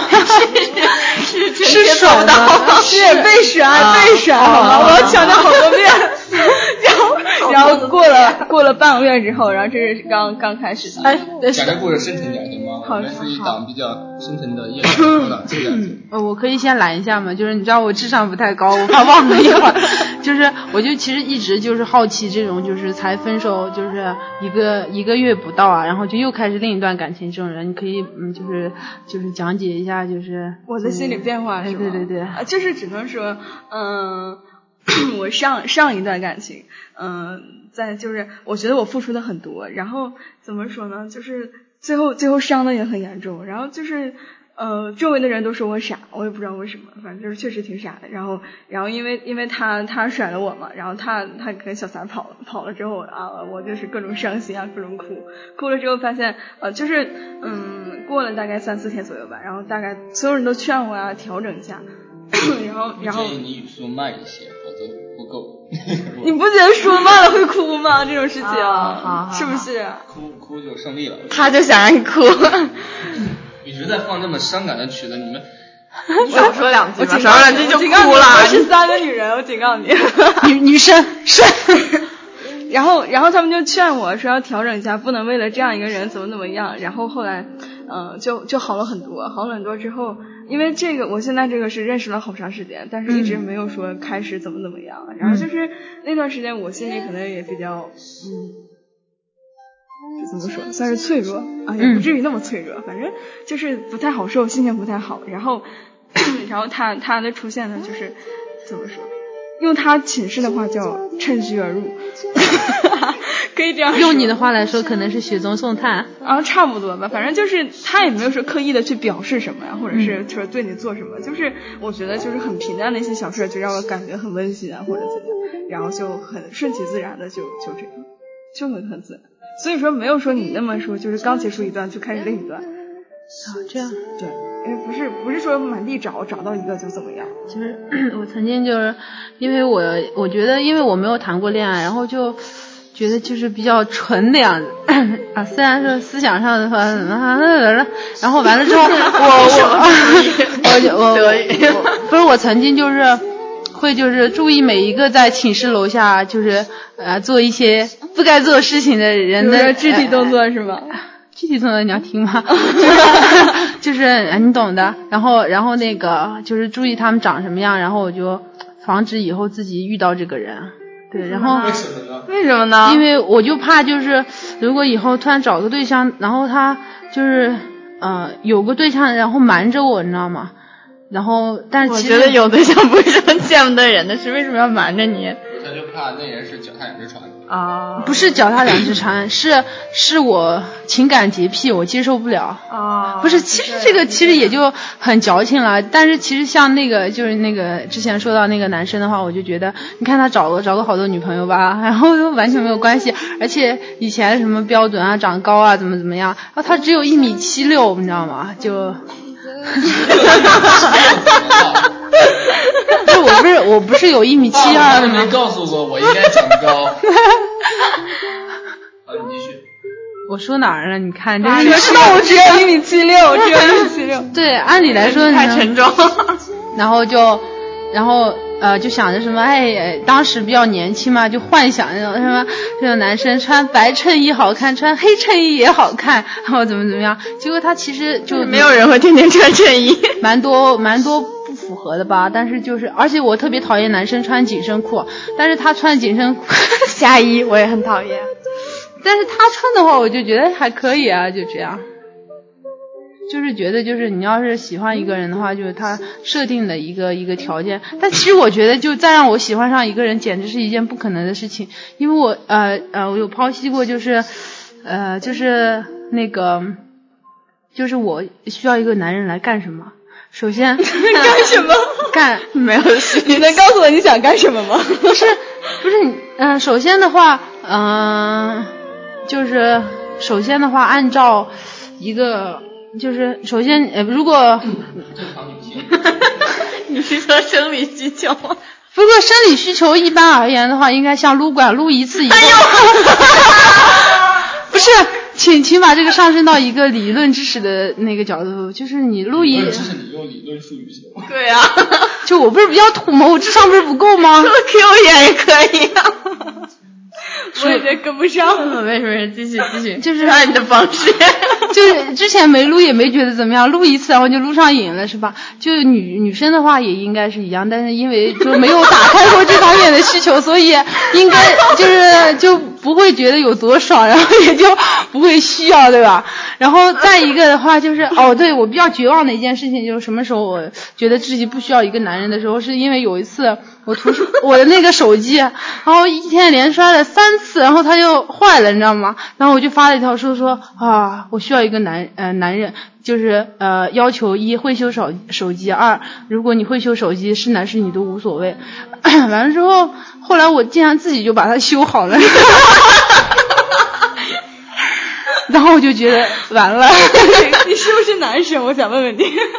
Speaker 5: 是
Speaker 10: 是是甩
Speaker 5: 的，是被甩被甩好吗？我要强调好多遍。
Speaker 9: 然后过了过了半个月之后，然后这是刚刚开始的。
Speaker 5: 哎，
Speaker 6: 讲这故事深沉点行吗？我们是一档比较深沉的夜晚档，这样子。
Speaker 8: 呃，我可以先拦一下吗？就是你知道我智商不太高，我怕忘了一会儿。 就是我就其实一直就是好奇这种，就是才分手就是一个一个月不到啊，然后就又开始另一段感情这种人，你可以嗯就是就是讲解一下就是嗯
Speaker 9: 我的心理变化是
Speaker 8: 吧？对对对。啊，
Speaker 9: 就是只能说嗯。我上上一段感情，嗯、呃，在就是我觉得我付出的很多，然后怎么说呢，就是最后最后伤的也很严重，然后就是呃周围的人都说我傻，我也不知道为什么，反正就是确实挺傻的。然后然后因为因为他他甩了我嘛，然后他他跟小三跑跑了之后啊，我就是各种伤心啊，各种哭，哭了之后发现呃就是嗯过了大概三四天左右吧，然后大概所有人都劝我啊调整一下。 然后，然后
Speaker 6: 你语速慢一些，否则不够。
Speaker 9: 你不觉得说慢了会哭吗？这种事情，
Speaker 10: 啊、
Speaker 9: 是不是？
Speaker 6: 哭哭就胜利了。
Speaker 10: 他就想让 你哭。
Speaker 6: 一直在放这么伤感的曲子，你们
Speaker 10: 少说两 句吧，
Speaker 9: 少
Speaker 10: 说两句就哭了。
Speaker 9: 我是三个女人，我警告你。
Speaker 8: 女女生生。
Speaker 9: 然后，然后他们就劝我说要调整一下，不能为了这样一个人怎么怎么样。然后后来，嗯、呃，就就好了很多，好了很多之后。因为这个，我现在这个是认识了好长时间，但是一直没有说开始怎么怎么样。嗯、然后就是那段时间，我心里可能也比较，嗯，怎么说，算是脆弱啊，也不至于那么脆弱，反正就是不太好受，心情不太好。然后， 然后他他的出现呢，就是怎么说，用他寝室的话叫趁虚而入， 可以这 样。
Speaker 8: 用你的话来说，可能是雪中送炭。
Speaker 9: 啊，差不多吧，反正就是他也没有说刻意的去表示什么呀，或者是说对你做什么，嗯、就是我觉得就是很平淡的一些小事，就让我感觉很温馨啊，或者怎样，然后就很顺其自然的就就这样，就很很自然。所以说没有说你那么说，就是刚结束一段就开始另一段。
Speaker 8: 啊，这样。
Speaker 9: 对，因为不是不是说满地找找到一个就怎么样。
Speaker 8: 就是 我曾经就是因为我我觉得因为我没有谈过恋爱，然后就。觉得就是比较纯的 样子啊，虽然说思想上的话，嗯啊然后完了之后，我我我我不是我曾经就是会就是注意每一个在寝室楼下就是呃做一些不该做事情的人的
Speaker 9: 肢体动作是吗？
Speaker 8: 呃具体动作你要听吗？就是哎你懂的。然后然后那个就是注意他们长什么样，然后我就防止以后自己遇到这个人。对，然后
Speaker 6: 为什么呢？
Speaker 10: 为什么呢？
Speaker 8: 因为我就怕，就是如果以后突然找个对象，然后他就是呃有个对象，然后瞒着我，你知道吗？然后，但是
Speaker 10: 我觉得有对象不是什么见不得人的事，为什么要瞒着你？
Speaker 6: 他就怕那人是脚踏两只船
Speaker 10: 啊！
Speaker 8: 不是脚踏两只船，是是我情感洁癖，我接受不了
Speaker 9: 哦
Speaker 10: 啊！
Speaker 8: 不是，其实这个其实也就很矫情了。但是其实像那个就是那个之前说到那个男生的话，我就觉得，你看他找了找过好多女朋友吧，然后都完全没有关系，而且以前什么标准啊，长高啊，怎么怎么样，然后他只有一米七六，你知道吗？ 就。 不是，我不是，我不是有一米七二的吗？
Speaker 6: 没告诉我，我应该长高。好，你继续。
Speaker 8: 我说哪儿了？你看，这
Speaker 9: 啊你知道我只有一米七六，我只有一米七六。
Speaker 8: 对，按理来说
Speaker 10: 太沉重。
Speaker 8: 然后就，然后呃就想着什么，哎，当时比较年轻嘛，就幻想那种什么这种男生穿白衬衣好看，穿黑衬衣也好看， 然后怎么怎么样。结果他其实就
Speaker 10: 没有人会天天穿衬衣，
Speaker 8: 蛮多蛮多不符合的吧。但是就是，而且我特别讨厌男生穿紧身裤，啊但是他穿紧身裤
Speaker 10: 夏衣我也很讨厌，
Speaker 8: 但是他穿的话，我就觉得还可以啊，就这样。就是觉得，就是你要是喜欢一个人的话，就是他设定的一个一个条件。但其实我觉得，就再让我喜欢上一个人，简直是一件不可能的事情。因为我呃呃，我有剖析过，就是呃，就是那个，就是我需要一个男人来干什么？首先
Speaker 10: 干什么？
Speaker 8: 干
Speaker 10: 没有？你能告诉我你想干什么吗？
Speaker 8: 不是不是，嗯、呃，首先的话，嗯、呃，就是首先的话，按照一个。就是首先，呃，如果
Speaker 6: 正常女 性，
Speaker 10: 你是说生理需求吗？
Speaker 8: 不过生理需求一般而言的话，应该像撸管撸一次一。
Speaker 10: 哎呦！
Speaker 8: 不是，请请把这个上升到一个理论知识的那个角度，就是你撸一。
Speaker 6: 这是你用理论术语行吗？
Speaker 10: 对呀、啊。
Speaker 8: 就我不是要土吗？我智商不是不够吗
Speaker 10: ？Q 一眼也可 以、啊。我有点跟不上了，
Speaker 8: 没事没事，继 续继续。就是
Speaker 10: 按你的方式，
Speaker 8: 就是之前没录也没觉得怎么样，录一次然后就录上瘾了，是吧？就女女生的话也应该是一样，但是因为就没有打开过这方面的需求，所以应该 就是就不会觉得有多爽，然后也就不会需要，对吧？然后再一个的话就是哦，对我比较绝望的一件事情就是什么时候我觉得自己不需要一个男人的时候，是因为有一次我图书 我的那个手机，然后一天连摔了三次。次，然后他就坏了，你知道吗？然后我就发了一条说说啊，我需要一个男呃男人，就是呃要求一会修手手机，二如果你会修手机是男是女都无所 谓。 完了之后，后来我竟然自己就把它修好 了，然后我就觉得完了，
Speaker 10: 你是不是男生？我想问问你。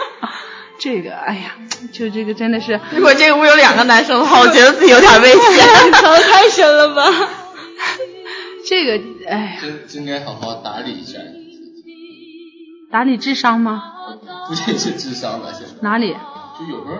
Speaker 8: 这个，哎呀，就这个真的是，
Speaker 10: 如果这个屋有两个男生的话，我觉得自己有点 危险，
Speaker 9: 你藏的太深了吧。
Speaker 8: 这个，哎，
Speaker 6: 真真该好好打理一下。
Speaker 8: 打理智商吗？
Speaker 6: 不仅是智商吧，现在。
Speaker 8: 哪里？
Speaker 6: 就有时候，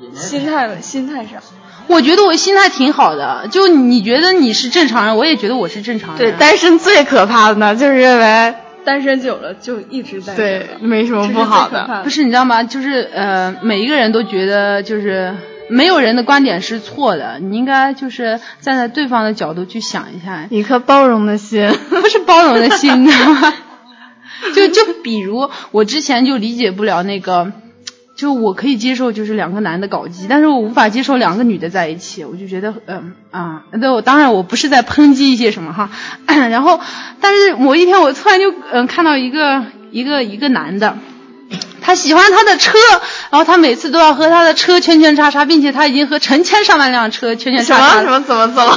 Speaker 6: 有时候。
Speaker 9: 心态，心态上。
Speaker 8: 我觉得我心态挺好的，就你觉得你是正常人，我也觉得我是正常人。
Speaker 10: 对，单身最可怕的呢，就是因为
Speaker 9: 单身久了就一直单身。
Speaker 10: 对，没什么不好的。
Speaker 9: 的
Speaker 8: 不是你知道吗？就是呃，每一个人都觉得就是。没有人的观点是错的，你应该就是站在对方的角度去想一下，
Speaker 10: 一颗包容的心，
Speaker 8: 不 是包容的心，你知道吗？ 就就比如我之前就理解不了那个，就我可以接受就是两个男的搞基，但是我无法接受两个女的在一起，我就觉得嗯啊，对我当然我不是在抨击一些什么哈， 然后但是某一天我突然就嗯看到一个一个一个男的。他喜欢他的车，然后他每次都要和他的车圈圈叉叉，并且他已经和成千上万辆车圈圈叉
Speaker 10: 叉。什么什么怎么怎 么？
Speaker 8: 啊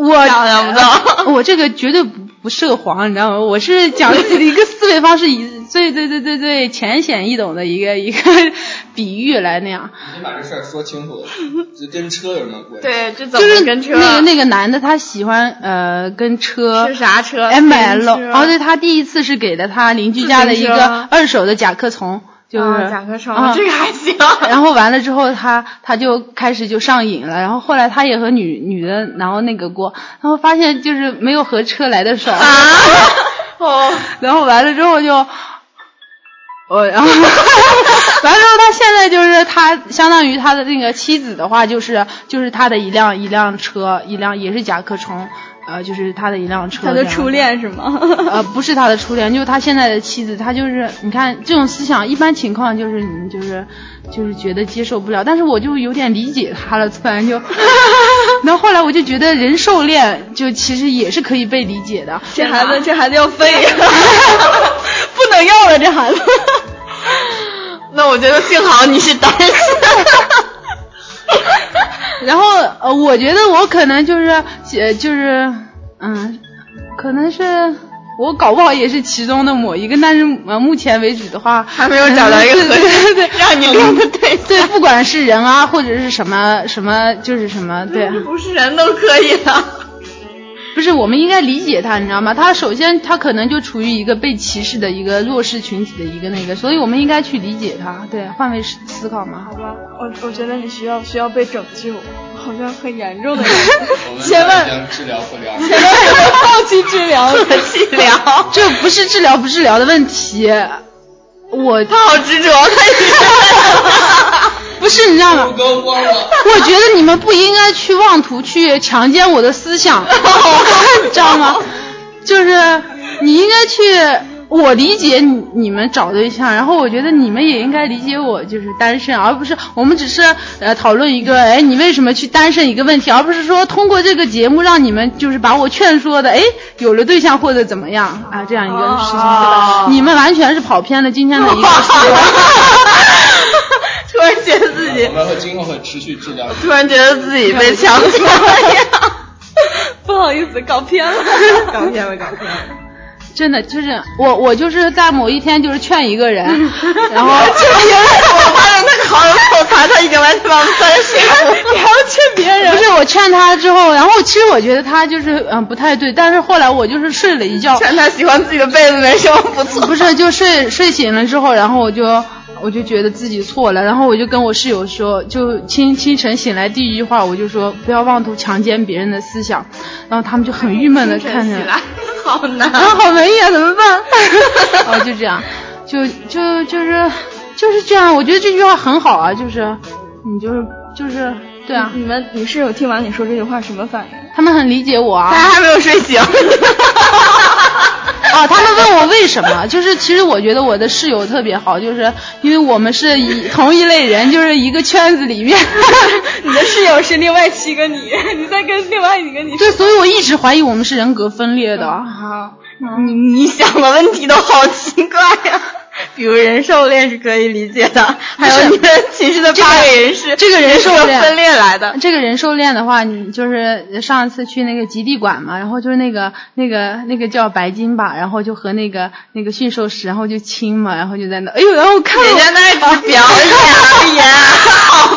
Speaker 8: 我
Speaker 10: 想不 到，
Speaker 8: 我这个绝对不不涉黄，你知道吗？我是讲自己的一个思维方式，以最最最最最浅显易懂的一个一个比喻来那样。
Speaker 6: 你把这事儿说清楚，这跟车有什么关系？
Speaker 10: 对，这怎
Speaker 8: 么
Speaker 10: 跟车？
Speaker 8: 就是那个那个男的，他喜欢呃跟车
Speaker 10: 是啥车
Speaker 8: ？M L。然后
Speaker 5: 哦
Speaker 8: 对他第一次是给了他邻居家的一个二手的甲壳虫。就是、
Speaker 10: 哦、甲壳虫，嗯、这个还行。
Speaker 8: 然后完了之后他，他他就开始就上瘾了。然后后来他也和女女的，然后那个过，然后发现就是没有和车来的爽。
Speaker 10: 啊！哦。
Speaker 8: 然后完了之后 就，呃我然后完了之后，他现在就是他相当于他的那个妻子的话，就是就是他的一辆一辆车，一辆也是甲壳虫。呃，就是他的一辆车。
Speaker 9: 他的初恋是 吗？
Speaker 8: 呃，不是他的初恋，就是他现在的妻子。他就是你看这种思想，一般情况就是你就是就是觉得接受不了。但是我就有点理解他了，突 然就， 然后后来我就觉得人兽恋就其实也是可以被理解的。
Speaker 9: 这孩子，这孩子要废了， 不能要了这孩 子。
Speaker 10: 那我觉得幸好你是单身。
Speaker 8: 然后呃，我觉得我可能就是，呃，就是，嗯，可能是我搞不好也是其中的某一个，但是呃，目前为止的话，
Speaker 10: 还没有找到一个合适
Speaker 8: 对
Speaker 10: 让你恋的对象。
Speaker 8: 对，不管是人啊，或者是什么什么，就是什么，对，
Speaker 10: 不是人都可以了。
Speaker 8: 不是，我们应该理解他，你知道吗？他首先他可能就处于一个被歧视的一个弱势群体的一个那个，所以我们应该去理解他，对，换位思考嘛。
Speaker 9: 好吧，我我觉得你需要需要被拯救，好像很严重的样子。千万
Speaker 6: 治疗啊不了，
Speaker 9: 千万不要放弃治疗
Speaker 10: 和治疗，
Speaker 8: 这不是治疗不治疗的问题。我
Speaker 10: 他好执着，他
Speaker 8: 不是你知道吗？
Speaker 6: 我
Speaker 8: 觉得你们不应该去妄图去强奸我的思 想，你知道吗？就是你应该去，我理解你你们找对象，然后我觉得你们也应该理解我就是单身，而不是我们只是呃讨论一
Speaker 10: 嗯
Speaker 8: 个哎你为什么去单身一个问题，而不是说通过这个节目让你们就是把我劝说的哎有了对象或者怎么样啊这样一个事情，啊、你们完全是跑偏了今天的 一个。
Speaker 10: 突然觉得自己，
Speaker 6: 我们会今后会持续治疗。
Speaker 10: 突然觉得自己被强奸了，
Speaker 9: 不好意思，搞偏了，
Speaker 10: 搞偏了，搞偏了。
Speaker 8: 真的就是我，我就是在某一天就是劝一个人，然 后
Speaker 10: 劝别人，我发现那个好友口才，他已经完全把我们三人谁
Speaker 9: 你还要劝别人？
Speaker 8: 不是我劝他之后，然后其实我觉得他就是嗯不太对，但是后来我就是睡了一觉。
Speaker 10: 劝他喜欢自己的被子没什么不错。
Speaker 8: 不是，就睡睡醒了之后，然后我就。我就觉得自己错了，然后我就跟我室友说，就清清晨醒来第一句话，我就说不要妄图强奸别人的思想，然后他们就很郁闷的看着，
Speaker 10: 好难，
Speaker 8: 啊，好文艺啊，怎么办？ 然后就这样，就就就是就是这样，我觉得这句话很好啊，就是你就是就是对啊，
Speaker 9: 你们你室友听完你说这句话什么反应？
Speaker 8: 他们很理解我 啊，
Speaker 10: 大家还没有睡醒。
Speaker 8: 啊，他们问我为什么，就是其实我觉得我的室友特别好，就是因为我们是一同一类人，就是一个圈子里面。
Speaker 9: 你的室友是另外七个你，你在跟另外一个你。
Speaker 8: 对，所以我一直怀疑我们是人格分裂的。
Speaker 10: 啊、嗯，你你想的问题都好奇怪呀、啊。比如人兽恋是可以理解的，还有你们寝室的八个人是
Speaker 8: 这个人兽
Speaker 10: 恋分裂来的。
Speaker 8: 这个人兽恋的话，你就是上一次去那个极地馆嘛，然后就是那个那个那个叫白金吧，然后就和那个那个驯兽师，然后就亲嘛，然后就在那，哎呦，然后看
Speaker 10: 人家那只表演呀，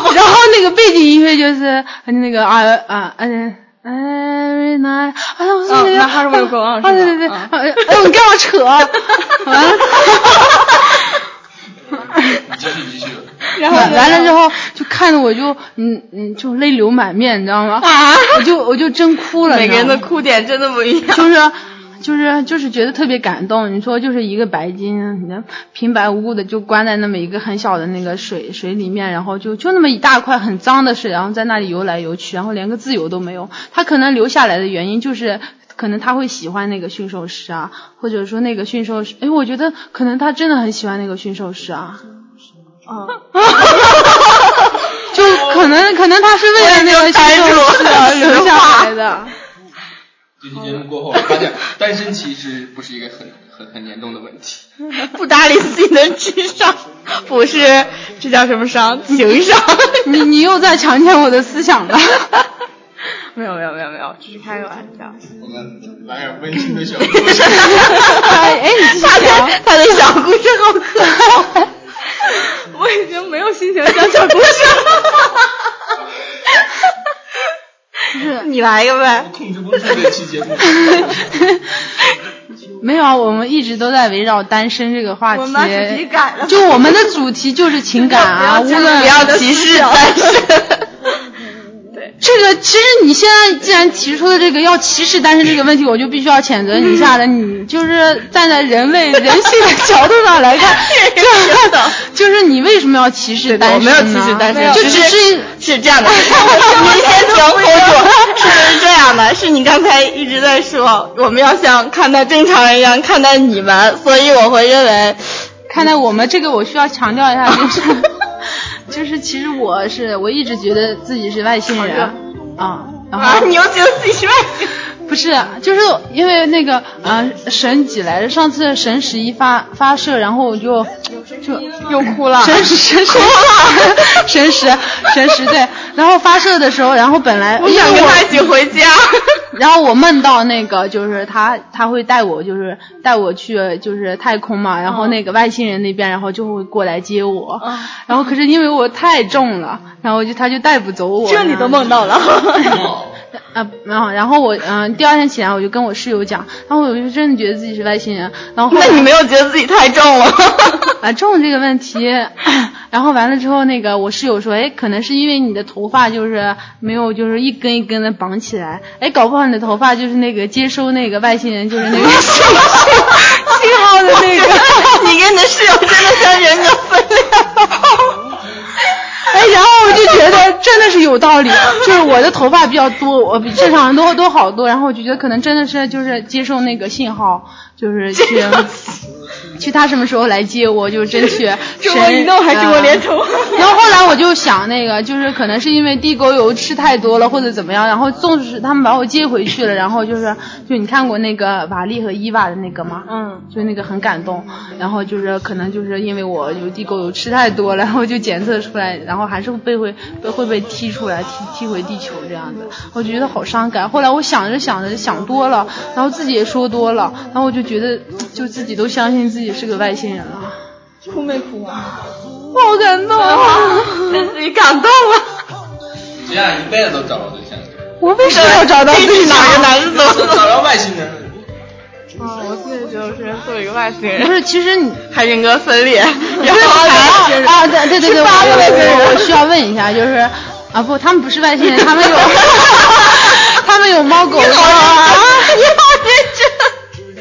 Speaker 8: 然后那个背景音乐就是那个啊啊嗯。Every night，哎呀，我
Speaker 9: 那个，那还是没有够啊！
Speaker 8: 对对对，哎呦，你干嘛扯？ 完了。
Speaker 6: 继续继续。
Speaker 9: 然后
Speaker 8: 完了之后，就看着我就嗯嗯就泪流满面，你知道吗？
Speaker 10: 啊！
Speaker 8: 我就我就真哭了。
Speaker 10: 每个人的哭点真的不一样。
Speaker 8: 就是就是就是觉得特别感动。你说就是一个白金，你平白无故的就关在那么一个很小的那个水水里面，然后就就那么一大块很脏的水，然后在那里游来游去，然后连个自由都没有。他可能留下来的原因就是。可能他会喜欢那个驯兽师啊，或者说那个驯兽师，哎，我觉得可能他真的很喜欢那个驯兽师啊。
Speaker 9: 啊。
Speaker 8: 就可能可能他是为了那个驯兽师而留下来 的。
Speaker 6: 这期节目过后，我发现单身其实不是一个很很很严重的问题。
Speaker 10: 不搭理自己的智商，不是这叫什么伤？情商。
Speaker 8: 你你又在强奸我的思想 了。
Speaker 10: 没有没有没有没有，只是开个玩笑。
Speaker 6: 我们来点温馨的小故 事。
Speaker 8: 哎，你
Speaker 10: 他的他的小故事好可爱。
Speaker 9: 我已经没有心情讲小故事
Speaker 8: 了。
Speaker 10: 你来一个呗。
Speaker 6: 我控制不住这期 节目。
Speaker 8: 没有啊，我们一直都在围绕单身这个话题。
Speaker 10: 我们把主题改了。
Speaker 8: 就我们的主题就是情感啊，无论
Speaker 10: 不要歧视单身。
Speaker 8: 这个其实你现在既然提出的这个要歧视单身这个问题，我就必须要谴责你一下的。你就是站在人类人性的角度上来看，
Speaker 10: 这的
Speaker 8: 就是你为什么要歧视单身
Speaker 10: 呢？我没有歧视单身，
Speaker 8: 就只
Speaker 10: 是是 这样的。你先停口住，是这样的，是你刚才一直在说，我们要像看待正常人一样看待你们，所以我会认为
Speaker 8: 看待我们这个，我需要强调一下就是。 就是其实我是我一直觉得自己是外星人啊，然后
Speaker 10: 你又觉得自己是外星？
Speaker 8: 不是，就是因为那个啊神几来着？上次神十一发发射，然后我就就
Speaker 10: 又哭了。
Speaker 8: 神十神十
Speaker 10: 哭了，
Speaker 8: 神十神十对，然后发射的时候，然后本来哎
Speaker 10: 我想跟他一起回家，
Speaker 8: 然后我梦到那个就是他他会带我就是带我去就是太空嘛，然后那个外星人那边然后就会过来接我，
Speaker 10: 啊
Speaker 8: 嗯、然后可是因为我太重了，然后就他就带不走我。
Speaker 9: 这你都梦到了？
Speaker 8: 啊，然后然后我嗯、呃，第二天起来我就跟我室友讲，然后我就真的觉得自己是外星人。然后
Speaker 10: 那你没有觉得自己太重了？
Speaker 8: 啊，重这个问题， 然后完了之后，那个我室友说，哎，可能是因为你的头发就是没有就是一根一根的绑起来，哎，搞不好你的头发就是那个接收那个外星人就是那个
Speaker 10: 信号的那个。你跟你的室友真的像人格分裂。
Speaker 8: 哎，然后我就觉得真的是有道理，就是我的头发比较多，我比正常人多多好多，然后我就觉得可能真的是就是接受那个信号，就是去 去他什么时候来接我，就是争 取。
Speaker 10: 中国移动还中国联通、
Speaker 8: 呃。然后后来我就想那个，就是可能是因为地沟油吃太多了或者怎么样，然后纵使他们把我接回去了，然后就是就你看过那个瓦力和伊娃的那个吗？
Speaker 10: 嗯。
Speaker 8: 就那个很感动，然后就是可能就是因为我有地沟油吃太多了，然 后就检测出来，然后。然后还是被会被会被踢出来，踢踢回地球这样子，我觉得好伤感。后来我想着想着想多了，然后自己也说多了，然后我就觉得就自己都相信自己是个外星人了。
Speaker 5: 哭没哭啊？
Speaker 8: 好感 动啊！
Speaker 10: 被自己感动
Speaker 6: 了。这样一辈子都找不到对象。
Speaker 8: 我为什么要找到 自己
Speaker 10: 哪个男人
Speaker 6: 都找到外星人？
Speaker 5: 啊，我自己觉得我是做一个外星人。
Speaker 8: 不是，其实你
Speaker 10: 还人格分裂，然后
Speaker 8: 还啊，对对对对，我我需要问一下，就是啊不，他们不是外星人，他们有 他们有猫狗。你
Speaker 10: 好啊，你
Speaker 8: 好 认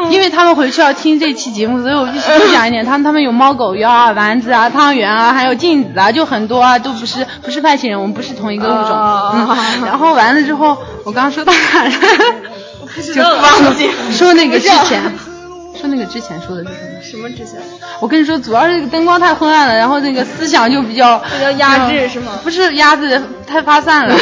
Speaker 8: 真。因为他们回去要听这期节目，所以我必须多讲一点。他们他们有猫狗药啊、丸子啊、汤圆啊，还有镜子啊，就很多啊，都不是不是外星人，我们不是同一个物种。
Speaker 10: 哦
Speaker 8: 嗯，然后完了之后，我刚说到哪了？
Speaker 10: 就忘记
Speaker 8: 说那个之前，说那个之前说的是什么？
Speaker 5: 什么之前？
Speaker 8: 我跟你说，主要是这个灯光太昏暗了，然后那个思想就比较嗯
Speaker 5: 比较压制，是吗？
Speaker 8: 不是压制，太发 散了。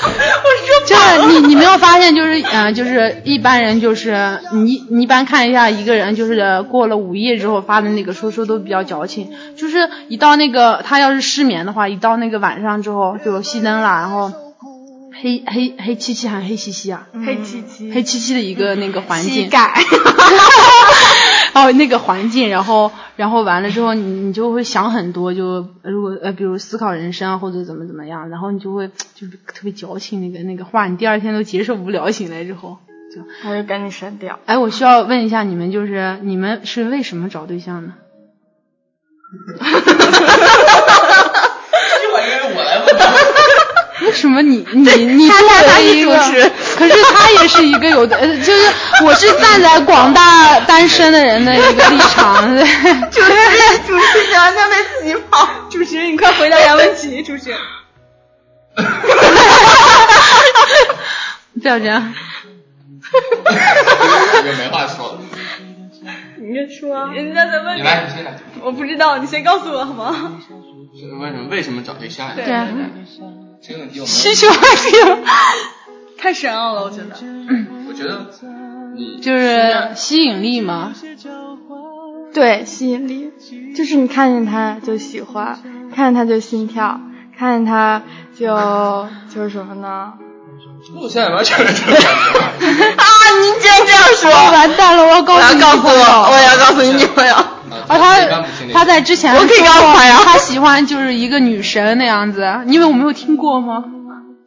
Speaker 10: 我说
Speaker 8: 就是你，你没有发现，就是嗯、呃，就是一般人，就是你，你一般看一下一个人，就是过了午夜之后发的那个说说都比较矫情，就是一到那个他要是失眠的话，一到那个晚上之后就熄灯了，然后。黑黑黑漆漆还是黑漆漆啊？
Speaker 5: 黑漆漆，
Speaker 8: 黑漆漆的一个那个环境，
Speaker 10: 改，
Speaker 8: 哦，那个环境，然后然后完了之后，你你就会想很多，就如果呃，比如思考人生啊，或者怎么怎么样，然后你就会就是特别矫情那个那个话，你第二天都接受不了，醒来之后就
Speaker 5: 我就赶紧删掉。
Speaker 8: 哎，我需要问一下你们，就是你们是为什么找对象呢？
Speaker 6: 一会儿因为哎我来问。
Speaker 8: 为什么你你你作为一个， 可是他也是一个有的，呃，就是我是站在广大单身的人的一个立场，对
Speaker 10: 主持人主持人在为自己跑，
Speaker 5: 主持人你快回答下问题，主持人，
Speaker 8: 不要这样，
Speaker 6: 我 就没话说了，
Speaker 5: 你就说，
Speaker 6: 人家在问你，你来你先来，
Speaker 5: 我不知道，你先告诉我好吗？
Speaker 6: 为什么为什么找对象呀？
Speaker 5: 对。
Speaker 6: 对这个问题我们
Speaker 8: 需求问题
Speaker 5: 太深奥了，我觉得。
Speaker 6: 我觉得你
Speaker 8: 就是吸引力嘛。
Speaker 5: 对，吸引力就是你看见他就喜欢，看见他就心跳，看见他就就是什么呢？
Speaker 6: 我现在完全没这感觉。啊！
Speaker 10: 你竟然这样说，
Speaker 8: 完蛋了！我要告诉
Speaker 10: 你，我要告诉
Speaker 8: 我，
Speaker 10: 我也要告诉你女朋友。
Speaker 8: 啊，他他在之前
Speaker 10: 我可以啊告诉他呀，
Speaker 8: 他喜欢就是一个女神那样子，因为我没有听过吗？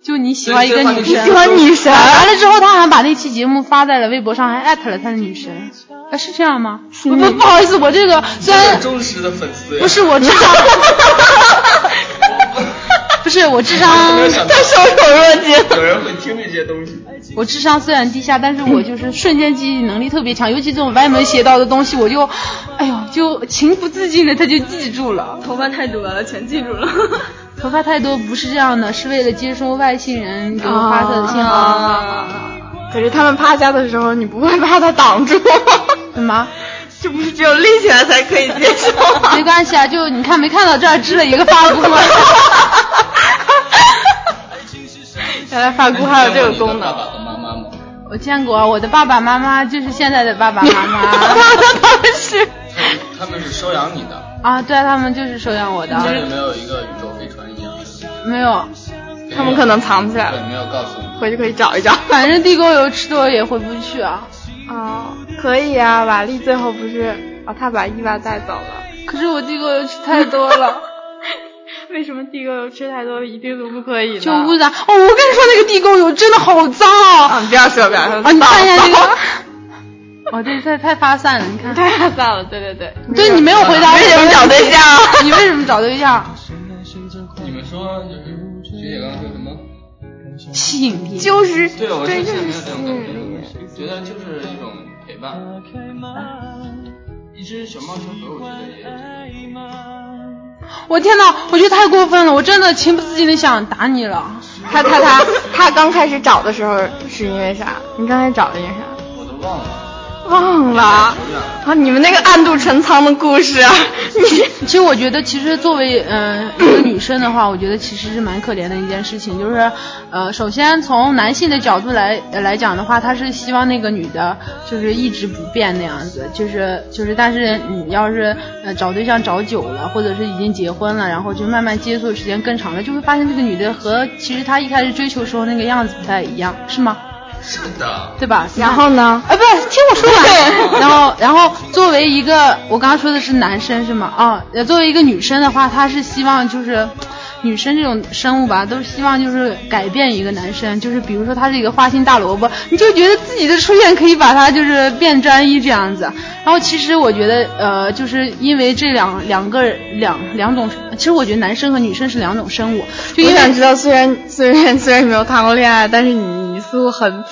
Speaker 8: 就你喜欢一个女神，
Speaker 10: 你喜欢女神，
Speaker 8: 完了之后他还把那期节目发在了微博上，还艾特了他的女神，啊是这样吗？不不不好意思，我这个虽然
Speaker 6: 忠实的粉丝，
Speaker 8: 不是我智 商，不是我智商，
Speaker 10: 他受宠若惊，
Speaker 6: 有人会听这些东西。
Speaker 8: 我智商虽然低下，但是我就是瞬间记忆能力特别强，尤其这种歪门邪道的东西，我就，哎呦，就情不自禁的他就记住了。
Speaker 5: 头发太多了，全记住了。
Speaker 8: 头发太多不是这样的，是为了接收外星人给我发射的信号。
Speaker 5: 啊、可是他们趴下的时候，你不会把它挡住？
Speaker 8: 什 么？
Speaker 10: 这不是只有立起来才可以接受？
Speaker 8: 没关系啊，就你看没看到这儿支了一个发箍吗？
Speaker 5: 原来发箍还有这个功能。
Speaker 8: 我见过我的爸爸妈妈，就是现在的爸爸妈妈。
Speaker 10: 他们是，
Speaker 6: 他们是收养你的。
Speaker 8: 啊，对啊，他们就是收养我的。
Speaker 6: 家里没有一个宇宙飞船一样的。
Speaker 8: 没有。
Speaker 5: 他们可能藏起来
Speaker 6: 了。对，没有告诉你。
Speaker 5: 回去可以找一找。
Speaker 8: 反正地沟油吃多了也回不去啊。
Speaker 5: 哦，可以啊，瓦力最后不是，哦，他把伊娃带走了。
Speaker 8: 可是我地沟油吃太多了。
Speaker 12: 为什么地沟油吃太多一定都不可以呢？
Speaker 8: 就污染哦！我跟你说，那个地沟油真的好脏啊！
Speaker 5: 你不要说，不要说
Speaker 8: 啊！你看一下这个。哦，对，太太发散了，你看。
Speaker 12: 太发散了，对对对。
Speaker 8: 对你没有回答
Speaker 10: 为什么找对象？
Speaker 8: 你为什么找对象？
Speaker 6: 你们说就是学姐刚说什么？
Speaker 8: 吸引力。
Speaker 12: 就是
Speaker 6: 对，我之前没有这种感觉，觉得就是一种陪伴。一只小毛球狗，哎我觉得也。
Speaker 8: 我天呐，我觉得太过分了，我真的情不自禁的想打你了。
Speaker 10: 他他他他刚开始找的时候是因为啥？你刚才找的因为啥？
Speaker 6: 我都忘了。
Speaker 10: 忘了啊！你们那个暗度陈仓的故事，啊，
Speaker 8: 你其实我觉得，其实作为嗯、呃、一个女生的话，我觉得其实是蛮可怜的一件事情，就是呃，首先从男性的角度来、呃、来讲的话，他是希望那个女的就是一直不变那样子，就是就是，但是你要是呃找对象找久了，或者是已经结婚了，然后就慢慢接触的时间更长了，就会发现这个女的和其实她一开始追求时候那个样子不太一样，是吗？
Speaker 6: 是的，
Speaker 8: 对吧？
Speaker 10: 然后呢？
Speaker 8: 哎，不是，听我说完。 然后，然后作为一个，我刚刚说的是男生是吗？啊、哦，作为一个女生的话，她是希望就是，女生这种生物吧，都是希望就是改变一个男生，就是比如说他是一个花心大萝卜，你就觉得自己的出现可以把他就是变专一这样子。然后其实我觉得，呃，就是因为这两两个两两种，其实我觉得男生和女生是两种生物。就
Speaker 10: 我想知道，虽然虽然虽然你没有谈过恋爱，但是你。似乎很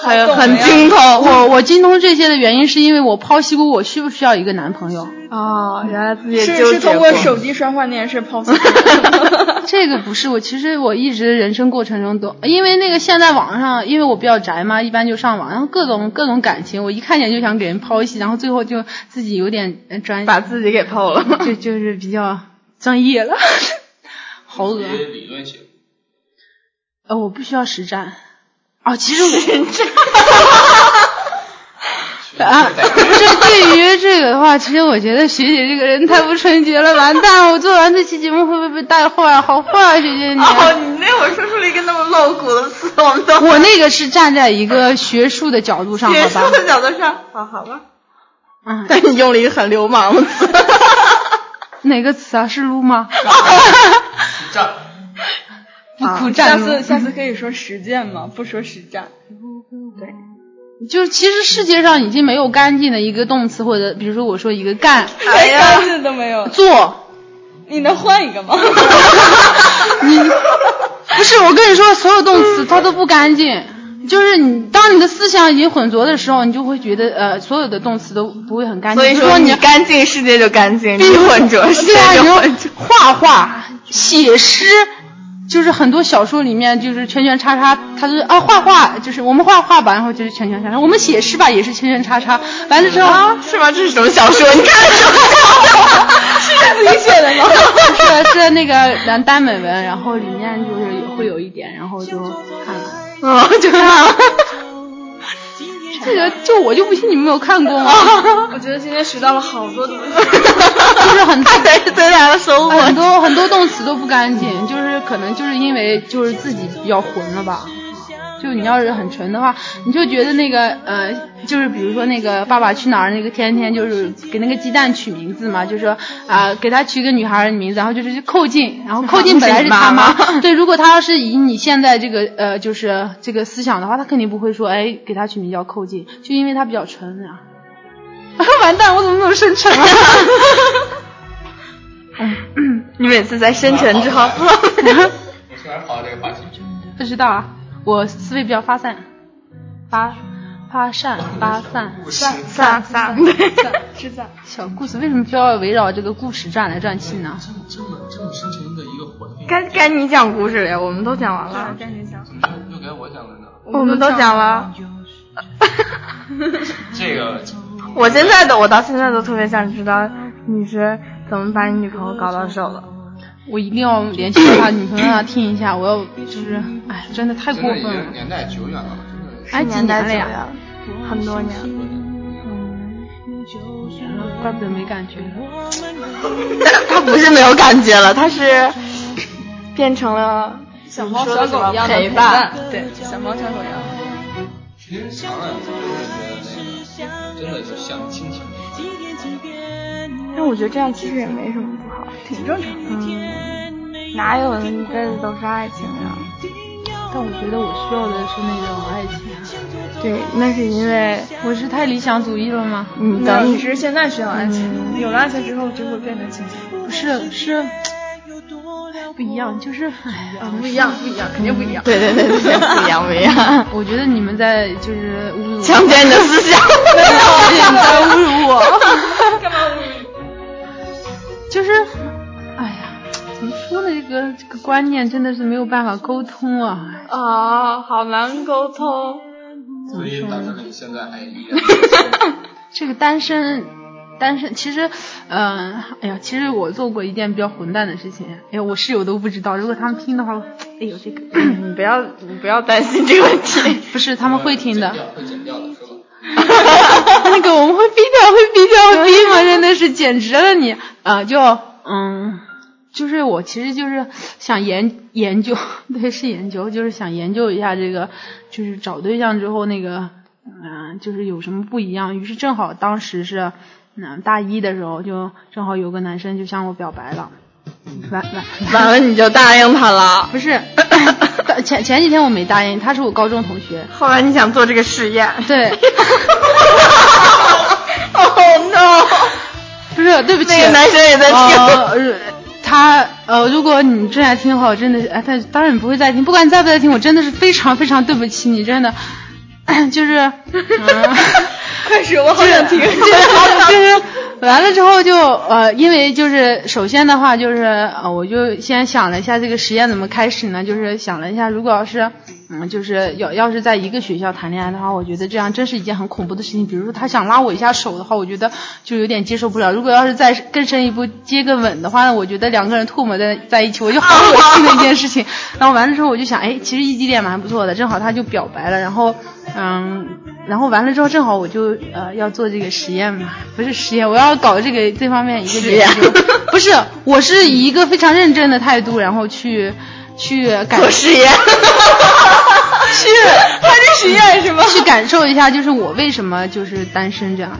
Speaker 10: 很很精通，
Speaker 8: 我我精通这些的原因是因为我剖析过我需不需要一个男朋友。
Speaker 10: 哦，原来自己
Speaker 5: 是是通过手机刷换电视剖 析。
Speaker 8: 这个不是我，其实我一直人生过程中都，因为那个现在网上，因为我比较宅嘛，一般就上网，然后各种各种感情，我一看见就想给人剖析，然后最后就自己有点呃专
Speaker 10: 把自己给剖了，
Speaker 8: 就就是比较专业了， 好恶。
Speaker 6: 理论型。
Speaker 8: 呃，我不需要实战。哦，其实我， 啊，这对于这个的话，其实我觉得学姐这个人太不纯洁了，完蛋了！我做完这期节目会不会被带坏、啊？好坏啊，学姐你！
Speaker 10: 哦，你那会儿说出了一个那么露骨的词，我们都
Speaker 8: 我那个是站在一个学术的角度上，
Speaker 10: 学术的角度上，好好吧，
Speaker 8: 嗯，
Speaker 10: 但你用了一个很流氓的词，
Speaker 8: 哪个词啊？是撸 吗？
Speaker 6: 站。
Speaker 8: 苦
Speaker 5: 战、啊。下次下次可以说实践嘛，不说实战。
Speaker 8: 对，就是其实世界上已经没有干净的一个动词，或者比如说我说一个干，
Speaker 5: 哎呀，干净都没有。
Speaker 8: 做，
Speaker 5: 你能换一个吗？
Speaker 8: 你不是我跟你说，所有动词它都不干净。就是你，当你的思想已经混浊的时候，你就会觉得呃，所有的动词都不会很干净。
Speaker 10: 所以
Speaker 8: 说
Speaker 10: 你干净，世界就干净；你混浊，世界就混浊。
Speaker 8: 啊画画、写诗。就是很多小说里面就是圈圈叉叉，他就是啊画画，就是我们画画吧，然后就是圈圈叉叉；我们写诗吧，也是圈圈叉叉。完了之后、
Speaker 10: 啊，是吧？这是什么小说？你看什么？
Speaker 5: 是自己写 的吗？
Speaker 8: 是啊是那个南耽美文，然后里面就是也会有一点，然后就 看了。
Speaker 10: 哦，就看了。
Speaker 8: 这个就我就不信你们没有看过吗？
Speaker 5: 我觉得今天学到了好多东西，
Speaker 8: 就是很
Speaker 10: 大才是最大的收获。
Speaker 8: 很多很多动词都不干净，就是可能就是因为就是自己比较混了吧。就你要是很纯的话，你就觉得那个呃，就是比如说那个《爸爸去哪儿》那个天天就是给那个鸡蛋取名字嘛，就是说啊、呃，给他取一个女孩的名字，然后就是寇静，然后寇静本来是他妈，对，如果他要是以你现在这个呃就是这个思想的话，他肯定不会说哎给他取名叫寇静，就因为他比较纯啊。完蛋，我怎么那么深沉 啊？
Speaker 10: 你每次在深沉之后，
Speaker 6: 我突然跑这个话题，
Speaker 8: 不知道啊。我思维比较发散，发发散发散
Speaker 10: 散散散
Speaker 5: 是散。
Speaker 8: 小故事为什么非要围绕这个故事转来转去呢？
Speaker 6: 这么这么深沉的一个环境。
Speaker 10: 该该你讲故事了，我们都讲完了。
Speaker 5: 该你讲。
Speaker 6: 怎么又该我讲了呢？
Speaker 10: 我们都讲了。
Speaker 6: 这个。
Speaker 10: 我现在都，我到现在都特别想知道你是怎么把你女朋友搞到手的。
Speaker 8: 我一定要联系他女朋友那听一下，我要就是，哎，真的太过分了。
Speaker 6: 年代久远了，
Speaker 8: 哎，几
Speaker 10: 年
Speaker 8: 了
Speaker 10: 呀？很多年。
Speaker 8: 嗯，怪不得没感觉
Speaker 10: 了。他不是没有感觉了，他是变成了
Speaker 5: 小猫小狗一样的
Speaker 10: 陪伴。
Speaker 5: 对，小猫小狗一样。
Speaker 6: 时间长了，你就会觉得那个真的就像亲情。
Speaker 10: 但我觉得这样其实也没什么不好，
Speaker 5: 挺正常的。
Speaker 10: 嗯
Speaker 9: 哪有一辈子都是爱情呀、
Speaker 8: 但我觉得我需要的是那种爱情啊。
Speaker 9: 对，那是因为
Speaker 8: 我是太理想主义了吗？
Speaker 9: 嗯，等你只是现在需要爱
Speaker 10: 嗯
Speaker 9: 情，有了爱情之后就会变得清醒。
Speaker 8: 不是，是不一样，就是哎呀，
Speaker 9: 不一样，不一样，肯定不一样。
Speaker 10: 对对对对，不一样不一样。
Speaker 8: 我觉得你们在就是侮辱我，
Speaker 10: 强奸你的思想，
Speaker 8: 没有，你在侮辱我，
Speaker 9: 干嘛侮辱？
Speaker 8: 就是，哎呀，怎么说呢？这个这个观念真的是没有办法沟通啊。
Speaker 12: 啊、好难沟通。
Speaker 11: 所以打算你现在哎呀，
Speaker 8: 这个单身，单身其实，嗯、哎呀，其实我做过一件比较混蛋的事情，哎呀，我室友都不知道，如果他们听的话，我哎呦这个，
Speaker 10: 你不要
Speaker 8: 嗯
Speaker 10: 你不要担心这个问题，
Speaker 8: 不是他们会听的，
Speaker 11: 会剪掉的是吧？
Speaker 8: 那个我们会逼掉，会逼掉，逼吗？真的是简直了你啊、就嗯，就是我其实就是想研研究，对，是研究，就是想研究一下这个，就是找对象之后那个，嗯、就是有什么不一样。于是正好当时是，嗯、大一的时候就正好有个男生就向我表白了，完完
Speaker 10: 完了你就答应他了，
Speaker 8: 不是， 前前几天我没答应，他是我高中同学，
Speaker 10: 后来你想做这个实验
Speaker 8: 对，
Speaker 10: ，Oh no！
Speaker 8: 不是，对不起，
Speaker 10: 那个男生也在听
Speaker 8: 呃呃他呃，如果你正在听的话，我真的是，哎，他当然不会再听，不管你在不在听，我真的是非常非常对不起你，真的， 就是， 嗯
Speaker 10: 快说，我好想 听。
Speaker 8: 就是完了之后就呃，因为就是首先的话就是呃，我就先想了一下这个实验怎么开始呢？就是想了一下，如果要是嗯，就是要要是在一个学校谈恋爱的话，我觉得这样真是一件很恐怖的事情。比如说他想拉我一下手的话，我觉得就有点接受不了。如果要是再更深一步接个吻的话，我觉得两个人唾沫在在一起，我就好恶心的一件事情。然后完了之后我就想，哎，其实异地恋蛮不错的，正好他就表白了，然后嗯，然后完了之后正好我就呃要做这个实验嘛，不是实验，我要搞这个这方面一个
Speaker 10: 实验
Speaker 8: 研究不是，我是以一个非常认真的态度，然后去去感
Speaker 10: 做实验，
Speaker 8: 去
Speaker 10: 他这实验是吗？
Speaker 8: 去感受一下，就是我为什么就是单身这样。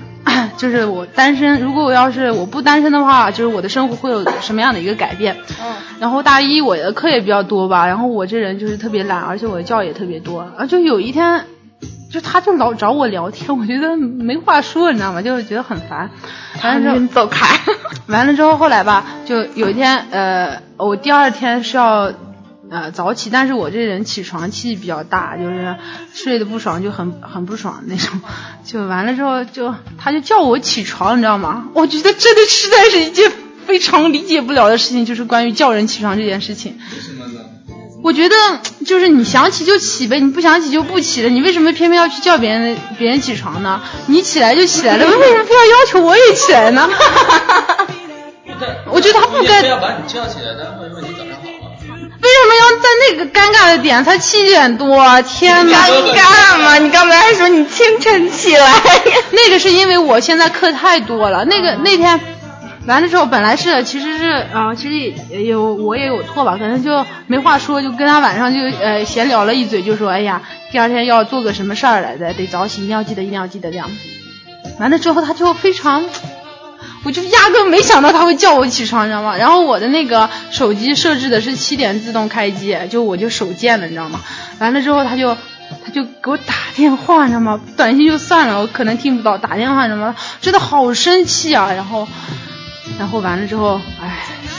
Speaker 8: 就是我单身，如果我要是我不单身的话，就是我的生活会有什么样的一个改变？嗯。然后大一我的课也比较多吧，然后我这人就是特别懒，而且我的觉也特别多。啊，就有一天，就他就老找我聊天，我觉得没话说，你知道吗？就是觉得很烦。完了之
Speaker 10: 你
Speaker 8: 后，
Speaker 10: 走开。
Speaker 8: 完了之后，后来吧，就有一天，呃，我第二天是要呃早起，但是我这人起床气比较大，就是睡得不爽就很很不爽那种。就完了之后就他就叫我起床，你知道吗？我觉得真的实在是一件非常理解不了的事情，就是关于叫人起床这件事情。
Speaker 11: 为什么呢？
Speaker 8: 我觉得就是你想起就起呗，你不想起就不起了。你为什么偏偏要去叫别人别人起床呢？你起来就起来了，为什么非要要求我也起来呢？ 我觉得他不该
Speaker 11: 非要把你叫起来，但会问你早上好吗？
Speaker 8: 为什么要在那个尴尬的点？才七点多啊，天哪！
Speaker 10: 尴尬吗？你刚才还说你清晨起来，
Speaker 8: 那个是因为我现在课太多了，那个那天。完了之后，本来是其实是呃，其实也有我也有错吧，可能就没话说，就跟他晚上就呃闲聊了一嘴，就说哎呀，第二天要做个什么事儿来的，得早起，一定要记得，一定要记得这样。完了之后，他就非常，我就压根没想到他会叫我起床，你知道吗？然后我的那个手机设置的是七点自动开机，就我就手贱了，你知道吗？完了之后，他就他就给我打电话，你知道吗？短信就算了，我可能听不到，打电话什么，真的好生气啊！然后，然后完了之后，哎，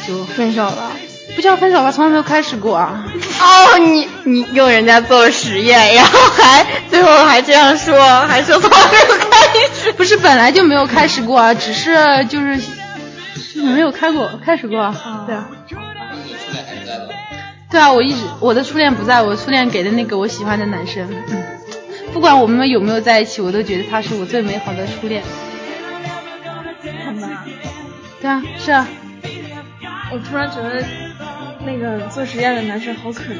Speaker 8: 就
Speaker 9: 分手了。
Speaker 8: 不叫分手吧，从来没有开始过啊。
Speaker 10: 哦，你你用人家做了实验，然后还最后还这样说，还说从来没有开始。
Speaker 8: 不是本来就没有开始过啊，只是就是就是没有开过开始过啊，对啊。
Speaker 11: 你出来还是在吗？
Speaker 8: 对啊，我一直我的初恋不在，我初恋给的那个我喜欢的男生，嗯，不管我们有没有在一起，我都觉得他是我最美好的初恋。对啊，是啊，
Speaker 9: 我突然觉得那个做实验的男生好可怜。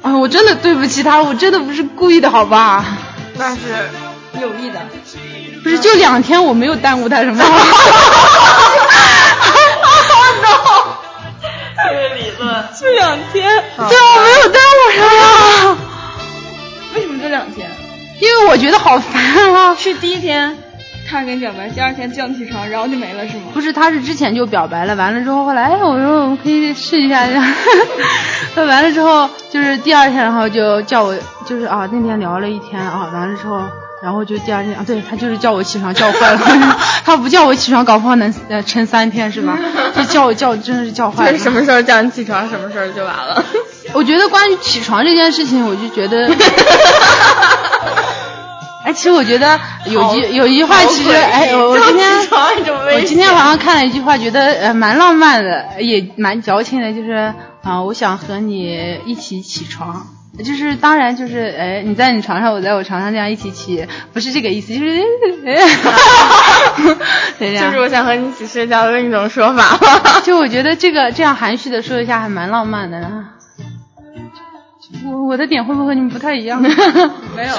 Speaker 8: 啊，我真的对不起他，我真的不是故意的，好吧？
Speaker 9: 那是有意的。
Speaker 8: 不是，就两天，我没有耽误他什么。
Speaker 9: 这个理论。这两天。
Speaker 8: 对啊，我没有耽误什么，
Speaker 9: 为什么这两天？
Speaker 8: 因为我觉得好烦啊。
Speaker 9: 是第一天。差点表白，第二天降起床，然后就没了是吗？
Speaker 8: 不是，他是之前就表白了，完了之后后来，哎，我说我们可以试一下，那 完了之后就是第二天，然后就叫我，就是啊那天聊了一天啊，完了之后。然后就第二天啊，对他就是叫我起床，叫坏了。 他不叫我起床，搞不好能呃撑三天是吧？就叫我叫，真是叫坏了。
Speaker 5: 什么时候叫你起床，什么时候就完了。
Speaker 8: 我觉得关于起床这件事情，我就 觉得，哎，其实我觉得有句有一句话，其实哎，我今天我今天晚上看了一句话，觉得呃蛮浪漫的，也蛮矫情的，就是啊、呃，我想和你一起起床。就是当然就是哎，你在你床上，我在我床上这样一起起，不是这个意思，就是 哎，对呀，
Speaker 5: 就是我想和你一起睡觉的另一种说法吧。
Speaker 8: 就我觉得这个这样含蓄的说一下还蛮浪漫的。啊我我的点会不会和你们不太一样？
Speaker 6: 没有。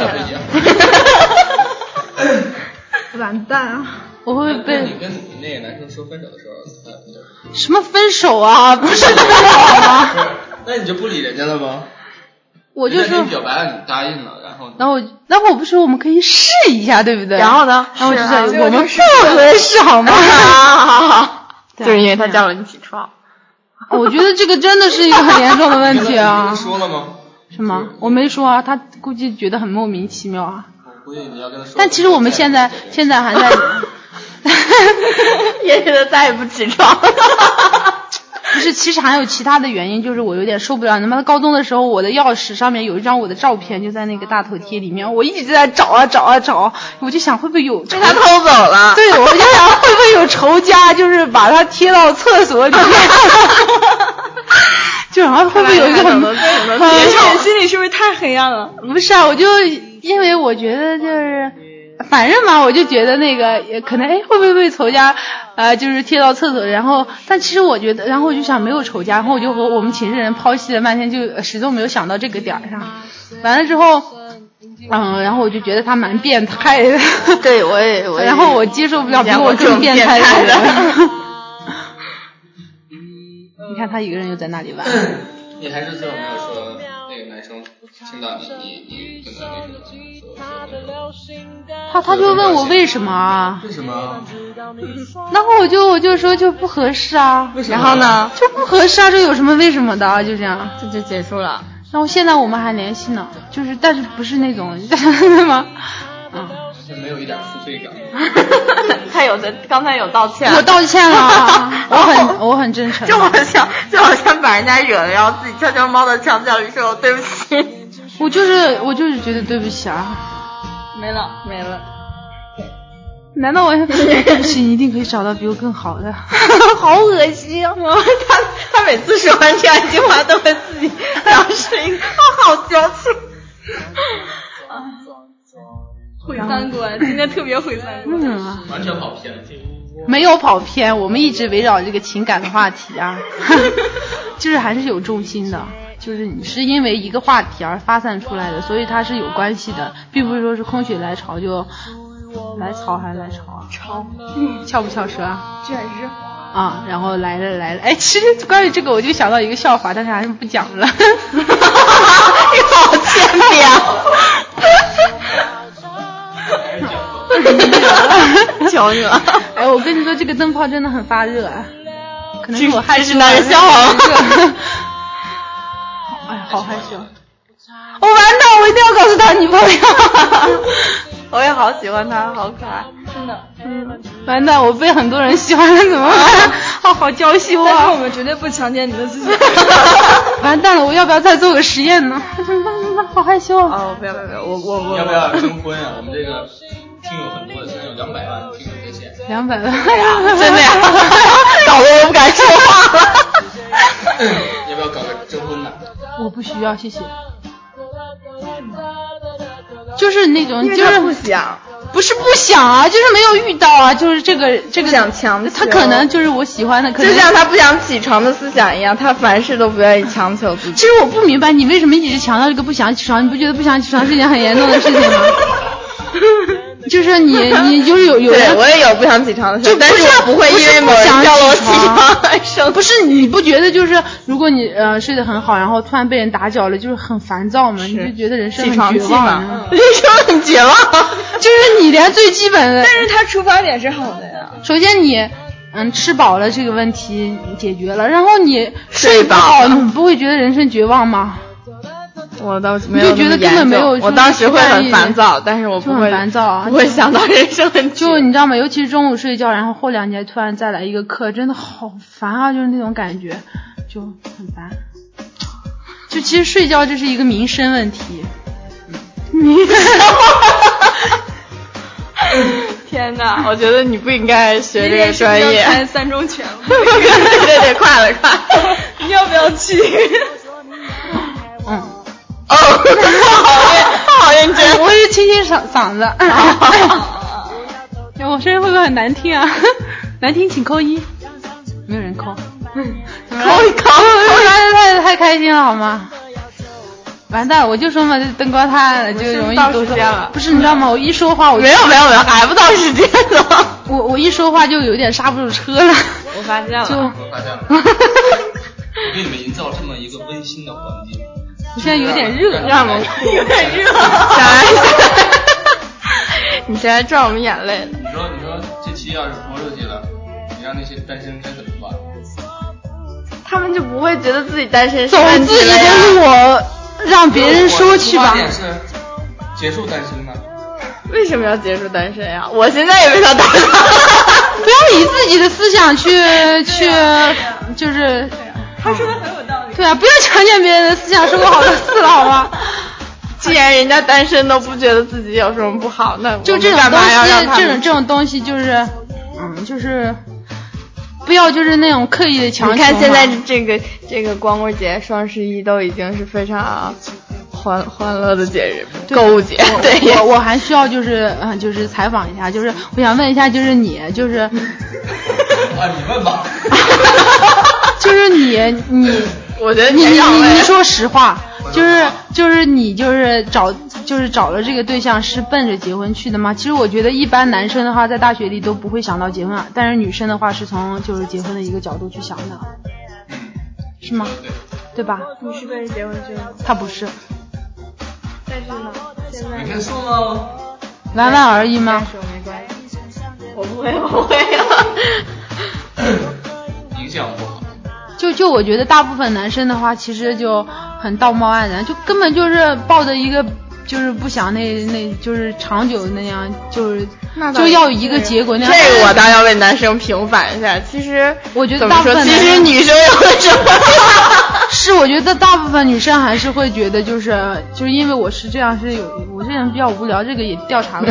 Speaker 8: 完蛋了， 我会被。
Speaker 6: 你跟你那个男生说分手的时候，
Speaker 8: 什么分手啊？不是分手吗？
Speaker 6: 那你就不理人家了吗？
Speaker 8: 我就说
Speaker 6: 表白了，你答应了，然后
Speaker 8: 然后然后我不说我们可以试一下，对不对？
Speaker 5: 然后呢？
Speaker 8: 然后我就说、啊、我们不合适，好吗？
Speaker 5: 就是因为他叫了你起床。
Speaker 8: 我觉得这个真的是一个很严重的问 题啊！
Speaker 6: 说了吗？
Speaker 8: 什么？我没说啊，他估计觉得很莫名其妙啊。
Speaker 6: 我估计你要跟他说。
Speaker 8: 但其实我们现在现在还在，
Speaker 5: 也觉得再也不起床。
Speaker 8: 不是，其实还有其他的原因，就是我有点受不了。他妈高中的时候，我的钥匙上面有一张我的照片，就在那个大头贴里面。我一直在找啊找啊找，我就想会不会有
Speaker 5: 被他偷走了？
Speaker 8: 对，我就想会不会有仇家，就是把它贴到厕所里面。 就然后会不会有
Speaker 9: 哎
Speaker 8: 一个很……
Speaker 9: 你心里是不是太黑暗了？
Speaker 8: 不是啊，我就因为我觉得就是。反正嘛，我就觉得那个也可能哎，会不会被仇家，呃，就是贴到厕所？然后，但其实我觉得，然后我就想没有仇家，然后我就和我们寝室人剖析了半天，就始终没有想到这个点儿上。完了之后，嗯，然后我就觉得他蛮变态的。
Speaker 5: 对，我也我也。
Speaker 8: 然后我接受不了比我更变态的人。 你看他一个人又在那里玩。
Speaker 5: 嗯
Speaker 6: 你还是最后没有说那个男生听到你你你跟他那什么说啊说
Speaker 8: 他他就问我为什么啊？
Speaker 6: 为什么？
Speaker 8: 然后我就我就说就不合适啊。
Speaker 6: 为什
Speaker 8: 么然后呢？就不合适啊，这有什么为什么的啊？就这样。
Speaker 5: 这就结束了。
Speaker 8: 然后现在我们还联系呢，就是但是不是那种 什么
Speaker 6: 嗯。没有一点负罪感。
Speaker 5: 他有的刚才有道歉，
Speaker 8: 我道歉了，啊 哦我很我很真诚，啊
Speaker 5: 就好像就好像把人家惹了，然后自己悄悄猫到墙角里说我对不起。
Speaker 8: 我就是我就是觉得对不起啊，
Speaker 9: 没了没了。
Speaker 8: 难道我 对不起？你一定可以找到比我更好的。
Speaker 5: 好恶心啊！他他 每次说完这样一句话，都会自己表示一个，好矫情。
Speaker 9: 毁三观，今天特别毁三观，嗯、
Speaker 6: 完全跑偏了。
Speaker 8: 没有跑偏，我们一直围绕这个情感的话题啊， 就是还是有重心的，就是你是因为一个话题而发散出来的，所以它是有关系的，并不是说是空穴来潮就来潮还是来潮啊？
Speaker 9: 潮，
Speaker 8: 翘不翘舌啊？
Speaker 9: 确实。
Speaker 8: 啊，然后来了来了，哎，其实关于这个我就想到一个笑话，但是还是不讲 了。
Speaker 5: 你好欠
Speaker 6: 扁。
Speaker 8: 求你了！哎，我跟你说，这个灯泡真的很发热，啊，可能是我害羞。啊
Speaker 5: 男人笑
Speaker 8: 好哎，好害羞！我完蛋，我一定要告诉他女朋 友。
Speaker 5: 我也好喜欢他，好可爱，
Speaker 9: 真的。嗯，
Speaker 8: 完蛋，我被很多人喜欢了，怎么办？好好娇羞啊！
Speaker 9: 但是我们绝对不强奸你的自己。
Speaker 8: 完蛋了，我要不要再做个实验呢？ 好害羞
Speaker 5: 啊！哦，不要不要不要，我我我。
Speaker 6: 要不要征婚啊？我们这个。听友很多，现在有两百万听友在线。两百万，
Speaker 9: 哎
Speaker 8: 真的呀，
Speaker 5: 搞 得我不敢说话了。
Speaker 6: 要不要搞个征婚的？
Speaker 8: 我不需要，谢谢。就是那种，就是
Speaker 5: 不想，
Speaker 8: 不是不想啊，就是没有遇到啊，就是这个这个
Speaker 5: 想强
Speaker 8: 求，他可能就是我喜欢的，可能
Speaker 5: 就像他不想起床的思想一样，他凡事都不愿意强求自己。
Speaker 8: 其实我不明白你为什么一直强调这个不想起床，你不觉得不想起床是一件很严重的事情吗？ 就是你，你就是有有
Speaker 5: 对我也有不想起床的事，但是我不会因为某人叫我起床。
Speaker 8: 不是你不觉得就是如果你呃睡得很好，然后突然 被人打搅了，就是很烦躁吗？你就觉得人生很绝望，
Speaker 5: 人生很绝望。
Speaker 8: 就是你连最基本的，
Speaker 2: 但是他出发点是好的呀。
Speaker 8: 首先你。嗯，吃饱了这个问题解决了，然后你
Speaker 13: 睡
Speaker 8: 不好，你不会觉得人生绝望吗？
Speaker 10: 我倒没有
Speaker 8: 就觉得根本没有，
Speaker 10: 我当时会很烦躁，但是我不会
Speaker 8: 烦躁啊，
Speaker 10: 不会想到人生问题。
Speaker 8: 就你知道吗？尤其是中午睡觉，然后后两节突然再来一个课，真的好烦啊！就是那种感觉，就很烦。就其实睡觉这是一个民生问题。民 生。
Speaker 2: 天哪！
Speaker 10: 我觉得你不应该学这个专业。
Speaker 2: 参三中全会，
Speaker 10: 对对对，快了快！
Speaker 2: 你要不要去？
Speaker 8: 嗯。
Speaker 13: 哦，好好认真。
Speaker 8: 哎我是清清嗓嗓子。 哎我声音会不会很难听啊？ 难听请扣一。没有人扣。
Speaker 13: 扣一扣！
Speaker 8: 太太太开心了好吗？完蛋，我就说嘛，这灯光太就容易
Speaker 10: 到时间了。
Speaker 8: 不是你知道吗？我一说话我
Speaker 13: 没有没有没有，还不到时间呢。
Speaker 8: 我我一说话就有点刹不住车了。
Speaker 10: 我发现了。
Speaker 8: 就
Speaker 6: 我发现了。我给你们营造这么一个温馨的环境。
Speaker 8: 我现在有点热，
Speaker 10: 让我们
Speaker 2: 有点 热。
Speaker 10: 你现在赚我们眼泪了。
Speaker 6: 你说你说这期要是播出去了，你让那些单身该怎么办？
Speaker 10: 他们就不会觉得自己单身
Speaker 8: 走自己的路。让别人说去吧。
Speaker 6: 结束单身呢？
Speaker 10: 为什么要结束单身呀、啊？我现在也为啥单身？
Speaker 8: 不要以自己的思想去去，就是。
Speaker 2: 他说的很有道理。
Speaker 8: 对啊，不要强奸别人的思想是不好的事，好吗？
Speaker 10: 既然人家单身都不觉得自己有什么不好，那
Speaker 8: 就这种东西，这种这种东西就是，嗯，就是。不要就是那种刻意的强求。
Speaker 10: 你看现在 这个这个光棍节、双十一都已经是非常欢欢乐的节日，购物节。对，
Speaker 8: 我我还需要就是嗯，就是采访一下，就是我想问一下，就是你就是啊，
Speaker 6: 啊你问 吧。
Speaker 8: 就是你你，
Speaker 10: 我觉得
Speaker 8: 你你
Speaker 10: 哎
Speaker 8: 你说实话，就是就是你就是找就是找了这个对象是奔着结婚去的吗？其实我觉得一般男生的话在大学里都不会想到结婚，啊，但是女生的话是从就是结婚的一个角度去想的，是吗？对吧？
Speaker 2: 你是奔着结婚去的？
Speaker 8: 他不是。
Speaker 2: 但是呢，现在
Speaker 6: 你说吗？
Speaker 8: 玩玩而已吗？
Speaker 10: 没关系，我不会，我会啊 了。
Speaker 6: 影响不好。
Speaker 8: 就就我觉得大部分男生的话，其实就很道貌岸然，就根本就是抱着一个就是不想那那就是长久那样，就是就要有一个结果那样。
Speaker 10: 这个我倒要为男生平反一下，其实
Speaker 8: 我觉得大部分
Speaker 10: 其实女生也会这么。
Speaker 8: 是，我觉得大部分女生还是会觉得就是就是因为我是这样是有我这人比较无聊，这个也调 查过。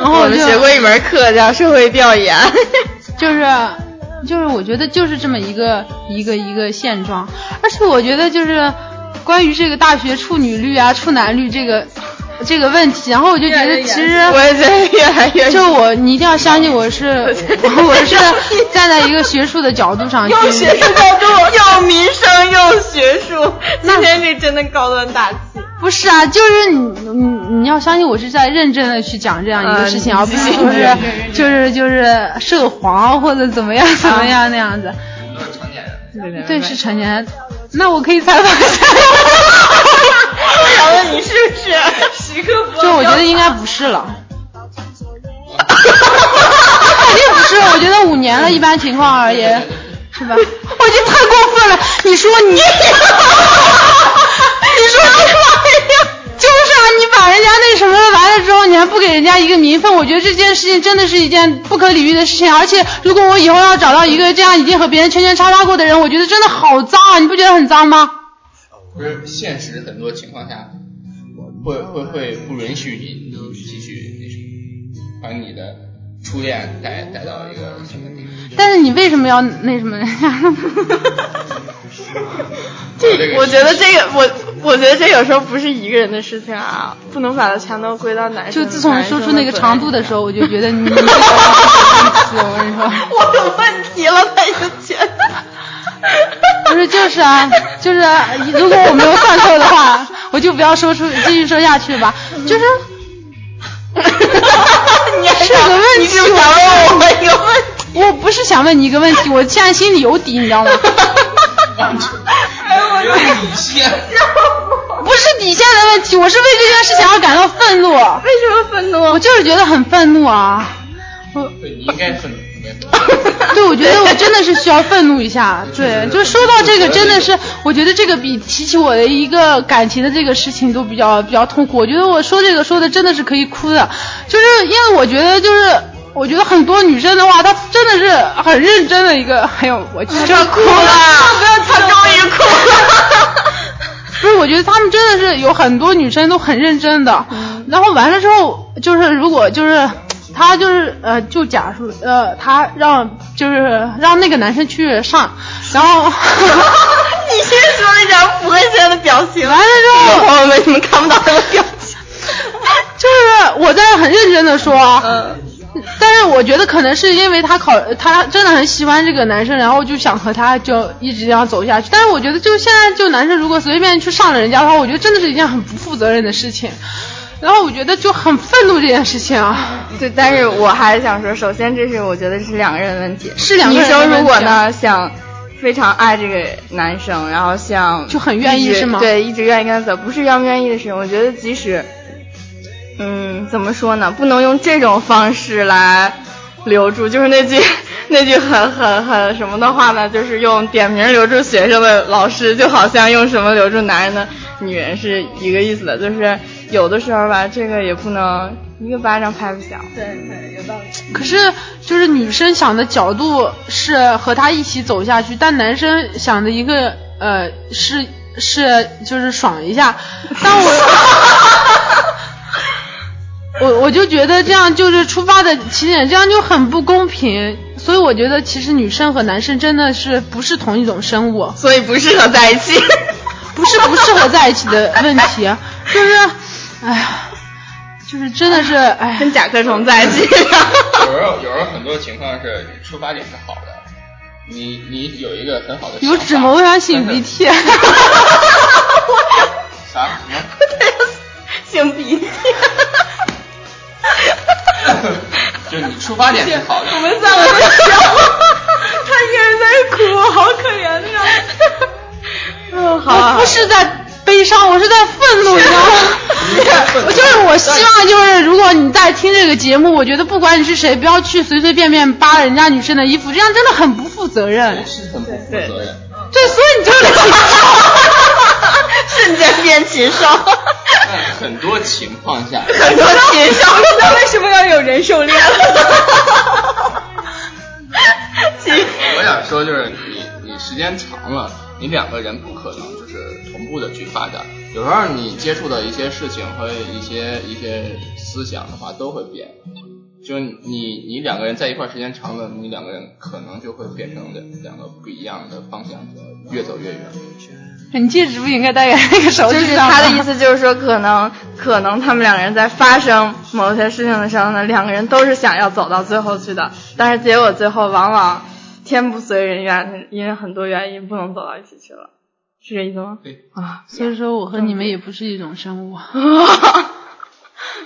Speaker 8: 然后
Speaker 10: 我们学过一门课叫社会 调研，
Speaker 8: 就是。就是我觉得就是这么一个一个一个现状，而且我觉得就是关于这个大学处女率啊、处男率这个这个问题，然后我就觉得其实
Speaker 10: 我也觉得越来越
Speaker 8: 就我你一定要相信我 是我是 站在一个学术的角度上去，
Speaker 10: 又学术角 度又民生又学术，今天这真的高端大气。
Speaker 8: 不是啊，就是你你你要相信我是在认真的去讲这样一个事情，而不是就是就是就是涉黄或者怎么样怎么样那样子。
Speaker 6: 都是成年
Speaker 8: 人。对，是成年人。那我可以采访一下。
Speaker 10: 我想问你是啊不
Speaker 2: 是时刻
Speaker 8: 就我觉得应该不是了。肯定不是，我觉得五年了，一般情况而言，是吧？
Speaker 13: 我已经太过分了，你说你。
Speaker 8: 你说什么呀？就是啊，你把人家那什么完了之后，你还不给人家一个名分，我觉得这件事情真的是一件不可理喻的事情。而且，如果我以后要找到一个这样已经和别人圈圈叉叉过的人，我觉得真的好脏啊！你不觉得很脏吗？
Speaker 6: 不是，现实很多情况下会会会不允许你继续那什么，把你的初恋带带到一个什么地方。
Speaker 8: 但是你为什么要那什么人家？
Speaker 10: 这我觉得这个我我觉得这有时候不是一个人的事情啊，不能把它全都归到男
Speaker 8: 生。 就自从说出那个长度的时候，我就觉得你。我跟你
Speaker 10: 说，我有问题了，他就觉得。
Speaker 8: 不是就是啊，就是啊，如果我没有算错的话，我就不要说出继续说下去吧，就是。
Speaker 10: 你
Speaker 8: 是个问题，
Speaker 10: 你是想问我一个问题？
Speaker 8: 我不是想问你一个问题，我现在心里有底，你知道吗？
Speaker 6: 哎，我有底线。
Speaker 10: 让我
Speaker 8: 不是底线的问题，我是为这件事情而感到愤怒。为
Speaker 14: 什么愤怒？
Speaker 8: 我就是觉得很愤怒啊！
Speaker 6: 对你应该愤怒。
Speaker 8: 对，我觉得我真的是需要愤怒一下。对，就说到这个，真的是，我觉得这个比提起我的一个感情的这个事情都比较比较痛苦。我觉得我说这个说的真的是可以哭的，就是因为我觉得就是。我觉得很多女生的话，她真的是很认真的一个，哎呦，我
Speaker 9: 就要哭了，不要她终于哭了。
Speaker 8: 不是，我觉得她们真的是有很多女生都很认真的，嗯、然后完了之后，就是如果就是她就是呃，就假如呃，她让就是让那个男生去上，然后。
Speaker 9: 你先说了一点不会现在的表情，
Speaker 8: 完了之
Speaker 9: 后，朋友们你们看不到这个表情，
Speaker 8: 就是我在很认真的说。嗯但是我觉得可能是因为她考，她真的很喜欢这个男生，然后就想和他就一直这样走下去。但是我觉得，就现在就男生如果随便去上了人家的话，我觉得真的是一件很不负责任的事情。然后我觉得就很愤怒这件事情啊。
Speaker 9: 对，但是我还是想说，首先这是我觉得是两个人问题。
Speaker 8: 是两个人
Speaker 9: 问题。女生如果呢想非常爱这个男生，然后想
Speaker 8: 就很愿意是吗？
Speaker 9: 对，一直愿意跟他走，不是愿不愿意的事情。我觉得即使。嗯，怎么说呢？不能用这种方式来留住，就是那句 那句很很很什么的话呢？就是用点名留住学生的老师，就好像用什么留住男人的女人是一个意思的。就是有的时候吧，这个也不能一个巴掌拍不响。
Speaker 14: 对对，有道理。
Speaker 8: 可是就是女生想的角度是和他一起走下去，但男生想的一个呃是是就是爽一下，但 我。我我就觉得这样就是出发的起点，这样就很不公平。所以我觉得其实女生和男生真的是不是同一种生物，
Speaker 9: 所以不适合在一起，
Speaker 8: 不是不适合在一起的问题，啊就是，哎呀，就是真的是哎，
Speaker 9: 跟甲壳虫在一起。
Speaker 6: 有时候有时候很多情况是出发点是好的，你你有一个很好的
Speaker 8: 有指谋啥擤鼻涕？啊
Speaker 6: 啥？
Speaker 9: 擤鼻涕。
Speaker 6: 就你出发点是好的，
Speaker 14: 我们在我们笑，他一个人在哭，好可怜呀、
Speaker 8: 啊。嗯，好、啊。我不是在悲伤，我是在愤 怒，你知道吗？我就是我希望就是如果你在听这个节目，我觉得不管你是谁，不要去随随便便扒人家女生的衣服，这样真的很不负责任。
Speaker 6: 是很不负责任。
Speaker 8: 对，所以你就是
Speaker 9: 瞬间变禽兽。
Speaker 6: 在很多情况下，
Speaker 9: 很多禽兽，
Speaker 14: 那为什么要有人兽恋？
Speaker 6: 我想说就是你，你时间长了，你两个人不可能就是同步的去发展。有时候你接触的一些事情和一些一些思想的话都会变。就你你两个人在一块时间长了，你两个人可能就会变成两两个不一样的方向，越走越远。
Speaker 8: 你戒指不应该戴在那个手指上
Speaker 9: 就是他的意思，就是说可能可能他们两个人在发生某些事情的时候呢，两个人都是想要走到最后去的，但是结果最后往往天不遂人愿，因为很多原因不能走到一起去了，是这意思吗？
Speaker 6: 对
Speaker 9: 啊，
Speaker 8: 所以说我和你们也不是一种生物。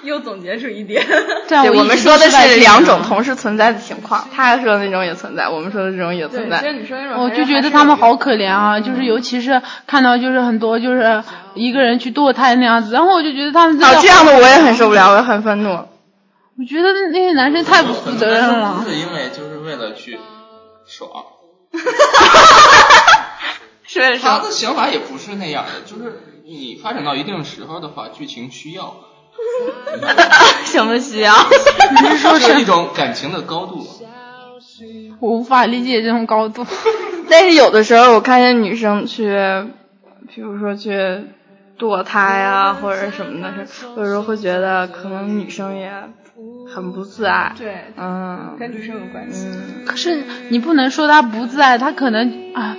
Speaker 14: 又总结出一点，
Speaker 8: 对，
Speaker 9: 啊我们说的是两种同时存在的情况，他说的那种也存在，我们说的这种也存在。
Speaker 14: 其实你说那
Speaker 8: 种，我哦就觉得他们好可怜啊，
Speaker 9: 嗯
Speaker 8: 就是尤其是看到就是很多就是一个人去堕胎那样子，然后我就觉得他们
Speaker 9: 啊这样的我也很受不了，我也很愤怒。
Speaker 8: 我觉得那些男生太不负责任了。
Speaker 6: 是因为就是为了去爽。
Speaker 9: 是
Speaker 6: 他的想法也不是那样的，就是你发展到一定时候的话，剧情需要。
Speaker 9: 什么需
Speaker 8: 啊
Speaker 9: 要？
Speaker 6: 你是说是一种感情的高度？
Speaker 8: 我无法理解这种高度。
Speaker 9: 但是有的时候我看见女生去，比如说去堕胎啊或者什么的，有时候会觉得可能女生也很不自爱。
Speaker 14: 对，
Speaker 9: 嗯，
Speaker 14: 跟女生有关系。
Speaker 9: 嗯、
Speaker 8: 可是你不能说她不自爱，她可能啊。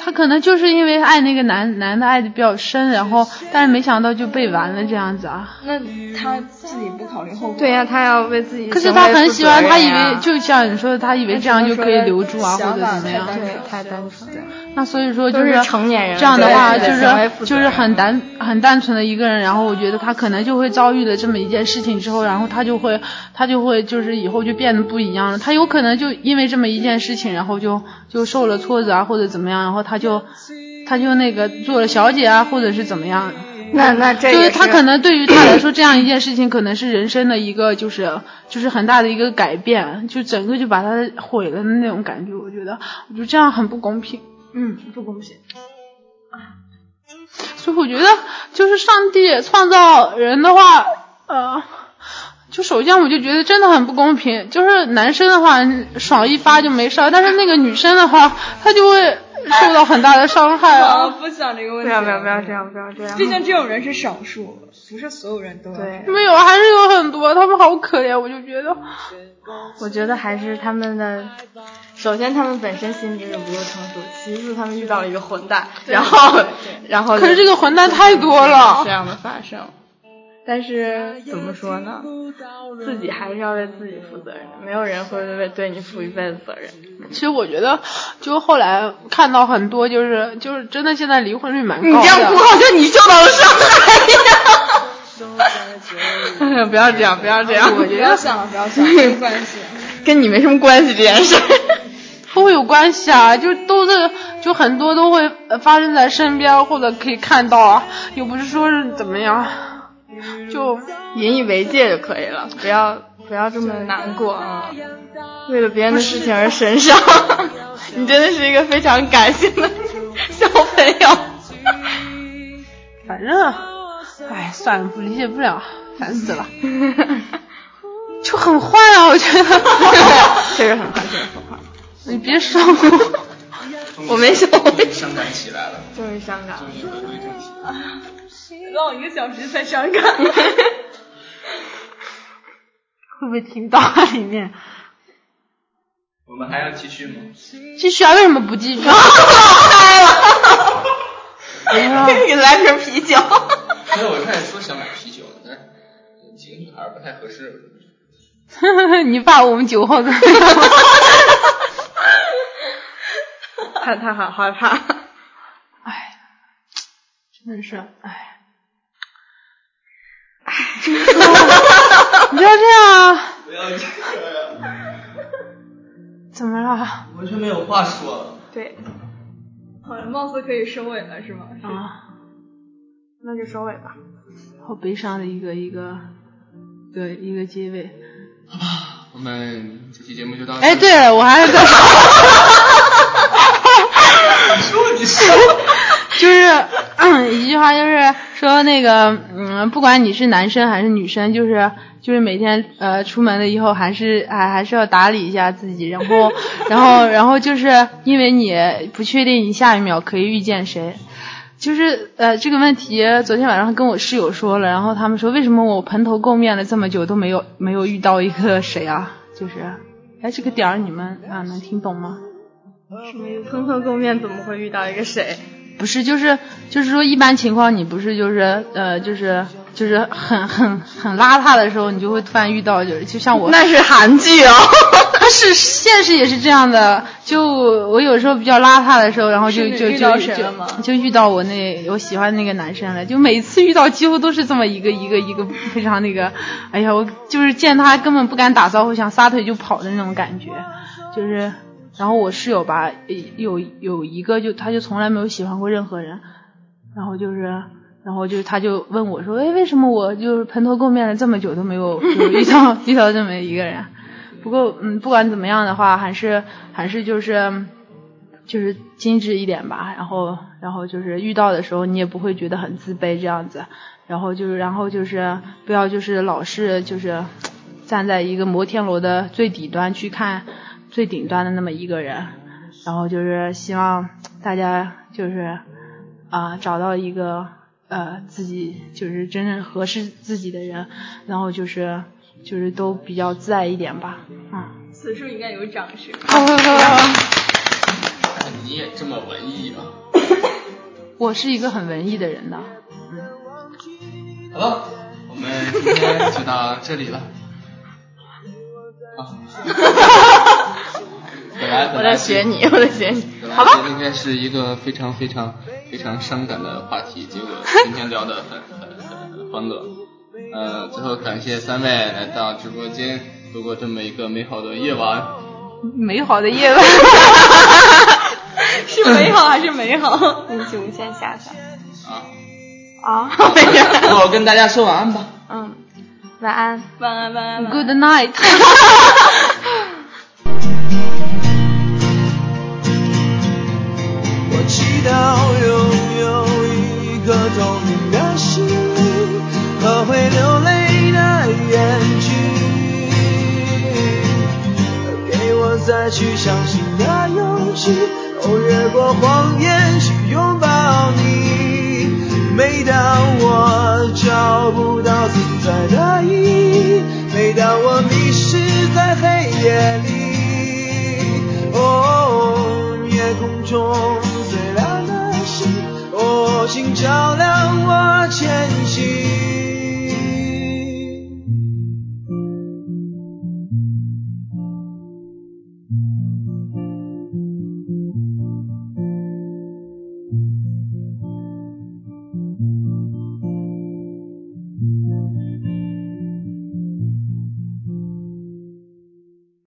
Speaker 8: 她可能就是因为爱那个男男的爱的比较深，然后但是没想到就被完了这样子啊。
Speaker 14: 那她自己不考虑后果？
Speaker 9: 对呀、啊，她要为自己、啊。
Speaker 8: 可是她很喜欢，她以为就像你说的，她以为这样就可以留住啊，或者怎么样。
Speaker 9: 对，太单纯。
Speaker 8: 那所以说就是
Speaker 9: 成年人
Speaker 8: 这样的话，就是就是很单很单纯的一个人，然后我觉得他可能就会遭遇了这么一件事情之后，然后他就会他就会就是以后就变得不一样了。他有可能就因为这么一件事情，然后就就受了挫折啊，或者怎么样，然后他就他就那个做了小姐啊，或者是怎么样。 那那这
Speaker 10: 就是他可能对于他来说，这样一件事情可能是人生的一个就是就是很大的一个改变，就整个就把他毁了的那种感觉。我觉得，我觉得这样很不公平。
Speaker 8: 嗯，不公平。
Speaker 10: 所以我觉得，就是上帝创造人的话，呃，就首先我就觉得真的很不公平。就是男生的话，爽一发就没事儿，但是那个女生的话，她就会。受到很大的伤害啊！
Speaker 9: 我不想这个问
Speaker 8: 题。不要不要不要这样不要这样！
Speaker 9: 毕竟这种人是少数，不是所有人都
Speaker 8: 对。
Speaker 10: 没有，还是有很多，他们好可怜，我就觉得。
Speaker 8: 我觉得还是他们的，首先他们本身心智就不够成熟，其次他们遇到了一个混蛋，然后然后。
Speaker 10: 可是这个混蛋太多了。
Speaker 8: 这样的发生，但是怎么说呢？自己还是要为自己负责任，没有人会为对你负一辈子责任。
Speaker 10: 其实我觉得，就后来看到很多，就是就是真的，现在离婚率蛮高的。
Speaker 8: 你这样哭，好像你受到了伤害。哎呀， 不要这样，不要这
Speaker 9: 啊
Speaker 8: 样。
Speaker 10: 我觉得
Speaker 9: 不要想了，不要想了，没关系，
Speaker 8: 跟你没什么关系这件事。
Speaker 10: 都会有关系啊，就都是就很多都会呃发生在身边，或者可以看到啊，又不是说是怎么样，就
Speaker 8: 引以为戒就可以了，不要不要这么难过啊。为了别人的事情而神 伤，你真的是一个非常感性的小朋友。
Speaker 10: 反正，哎，算了，不理解不了，烦死了。就很坏啊，我觉得。
Speaker 8: 确实很坏，确实很坏。
Speaker 10: 你别说我，
Speaker 8: 我没说。
Speaker 6: 伤感起来了。
Speaker 8: 终于伤感了。
Speaker 9: 唠一个小时才伤感。
Speaker 10: 会不会听到啊里面？
Speaker 6: 我们还要继续吗？
Speaker 10: 继续啊！为什么不继续？
Speaker 8: 嗨了！
Speaker 10: 啊
Speaker 8: 给来瓶啤酒。
Speaker 6: 所以我开始说想买啤酒，但是几个女孩不太合适。
Speaker 10: 你把我们酒 后怎么样？
Speaker 8: 他他好害怕。
Speaker 10: 哎，真的是哎。
Speaker 8: 哎，
Speaker 10: 你不要这样啊！
Speaker 6: 不要这样。
Speaker 10: 怎么了？
Speaker 6: 完全没有话说了。
Speaker 8: 对，
Speaker 9: 好了，貌似可以收尾了，是吗？
Speaker 10: 啊，
Speaker 8: 那就收尾吧。
Speaker 10: 好悲伤的一个一个的一个结尾。
Speaker 6: 好吧，我们这期节目就到。
Speaker 10: 哎，对了，我还在。
Speaker 6: 你说，你说。
Speaker 10: 就是、嗯、一句话，就是说那个，嗯，不管你是男生还是女生，就是就是每天呃出门了以后，还是还还是要打理一下自己，然后然后然后就是因为你不确定你下一秒可以遇见谁，就是呃这个问题，昨天晚上跟我室友说了，然后他们说为什么我蓬头垢面了这么久都没有没有遇到一个谁啊？就是哎这个点儿你们啊能听懂吗？
Speaker 8: 什么蓬头垢面怎么会遇到一个谁？
Speaker 10: 不是，就是就是说，一般情况你不是就是呃，就是就是很很很邋遢的时候，你就会突然遇到，就是就像我
Speaker 8: 那是韩剧 哦，
Speaker 10: 但是现实也是这样的。就我有时候比较邋遢的时候，然后就就就就就遇到我那我喜欢那个男生了。就每次遇到几乎都是这么一个一个一个非常那个，哎呀，我就是见他根本不敢打招呼，想撒腿就跑的那种感觉，就是。然后我室友吧，有有一个就他就从来没有喜欢过任何人，然后就是，然后就是他就问我说，哎，为什么我就是蓬头垢面了这么久都没有就遇到 遇到这么一个人？不过嗯，不管怎么样的话，还是还是就是就是精致一点吧。然后然后就是遇到的时候你也不会觉得很自卑这样子。然后就是然后就是不要就是老是就是站在一个摩天楼的最底端去看。最顶端的那么一个人，然后就是希望大家就是啊、呃、找到一个呃自己就是真正合适自己的人，然后就是就是都比较自爱一点吧，啊、
Speaker 9: 嗯。此处应该有掌声。
Speaker 6: 你也这么文艺啊！
Speaker 10: 我是一个很文艺的人的。
Speaker 6: 嗯。好了，我们今天就到这里了。 啊！本来
Speaker 8: 我在学你， 我在学你，好
Speaker 6: 吧。应该是一个非常非常非常伤感的话题，结果今天聊得很很很欢乐。呃，最后感谢三位来到直播间，度过这么一个美好的夜晚。
Speaker 10: 美好 的夜晚，
Speaker 9: 是美好还是美好？
Speaker 8: 无限遐想。
Speaker 6: 啊。
Speaker 8: 啊，
Speaker 6: 我跟大家说晚安吧。
Speaker 8: 嗯，晚安，
Speaker 15: 晚安，晚安。
Speaker 10: Good night
Speaker 5: 我祈祷拥有一颗透明的心灵和会流泪的眼睛，给我再去相信的勇气，哦，越过谎言去拥抱你。每当我找不到存在的意义，每当我迷失在黑夜里，哦，夜空中。最亮的星，哦，请照亮。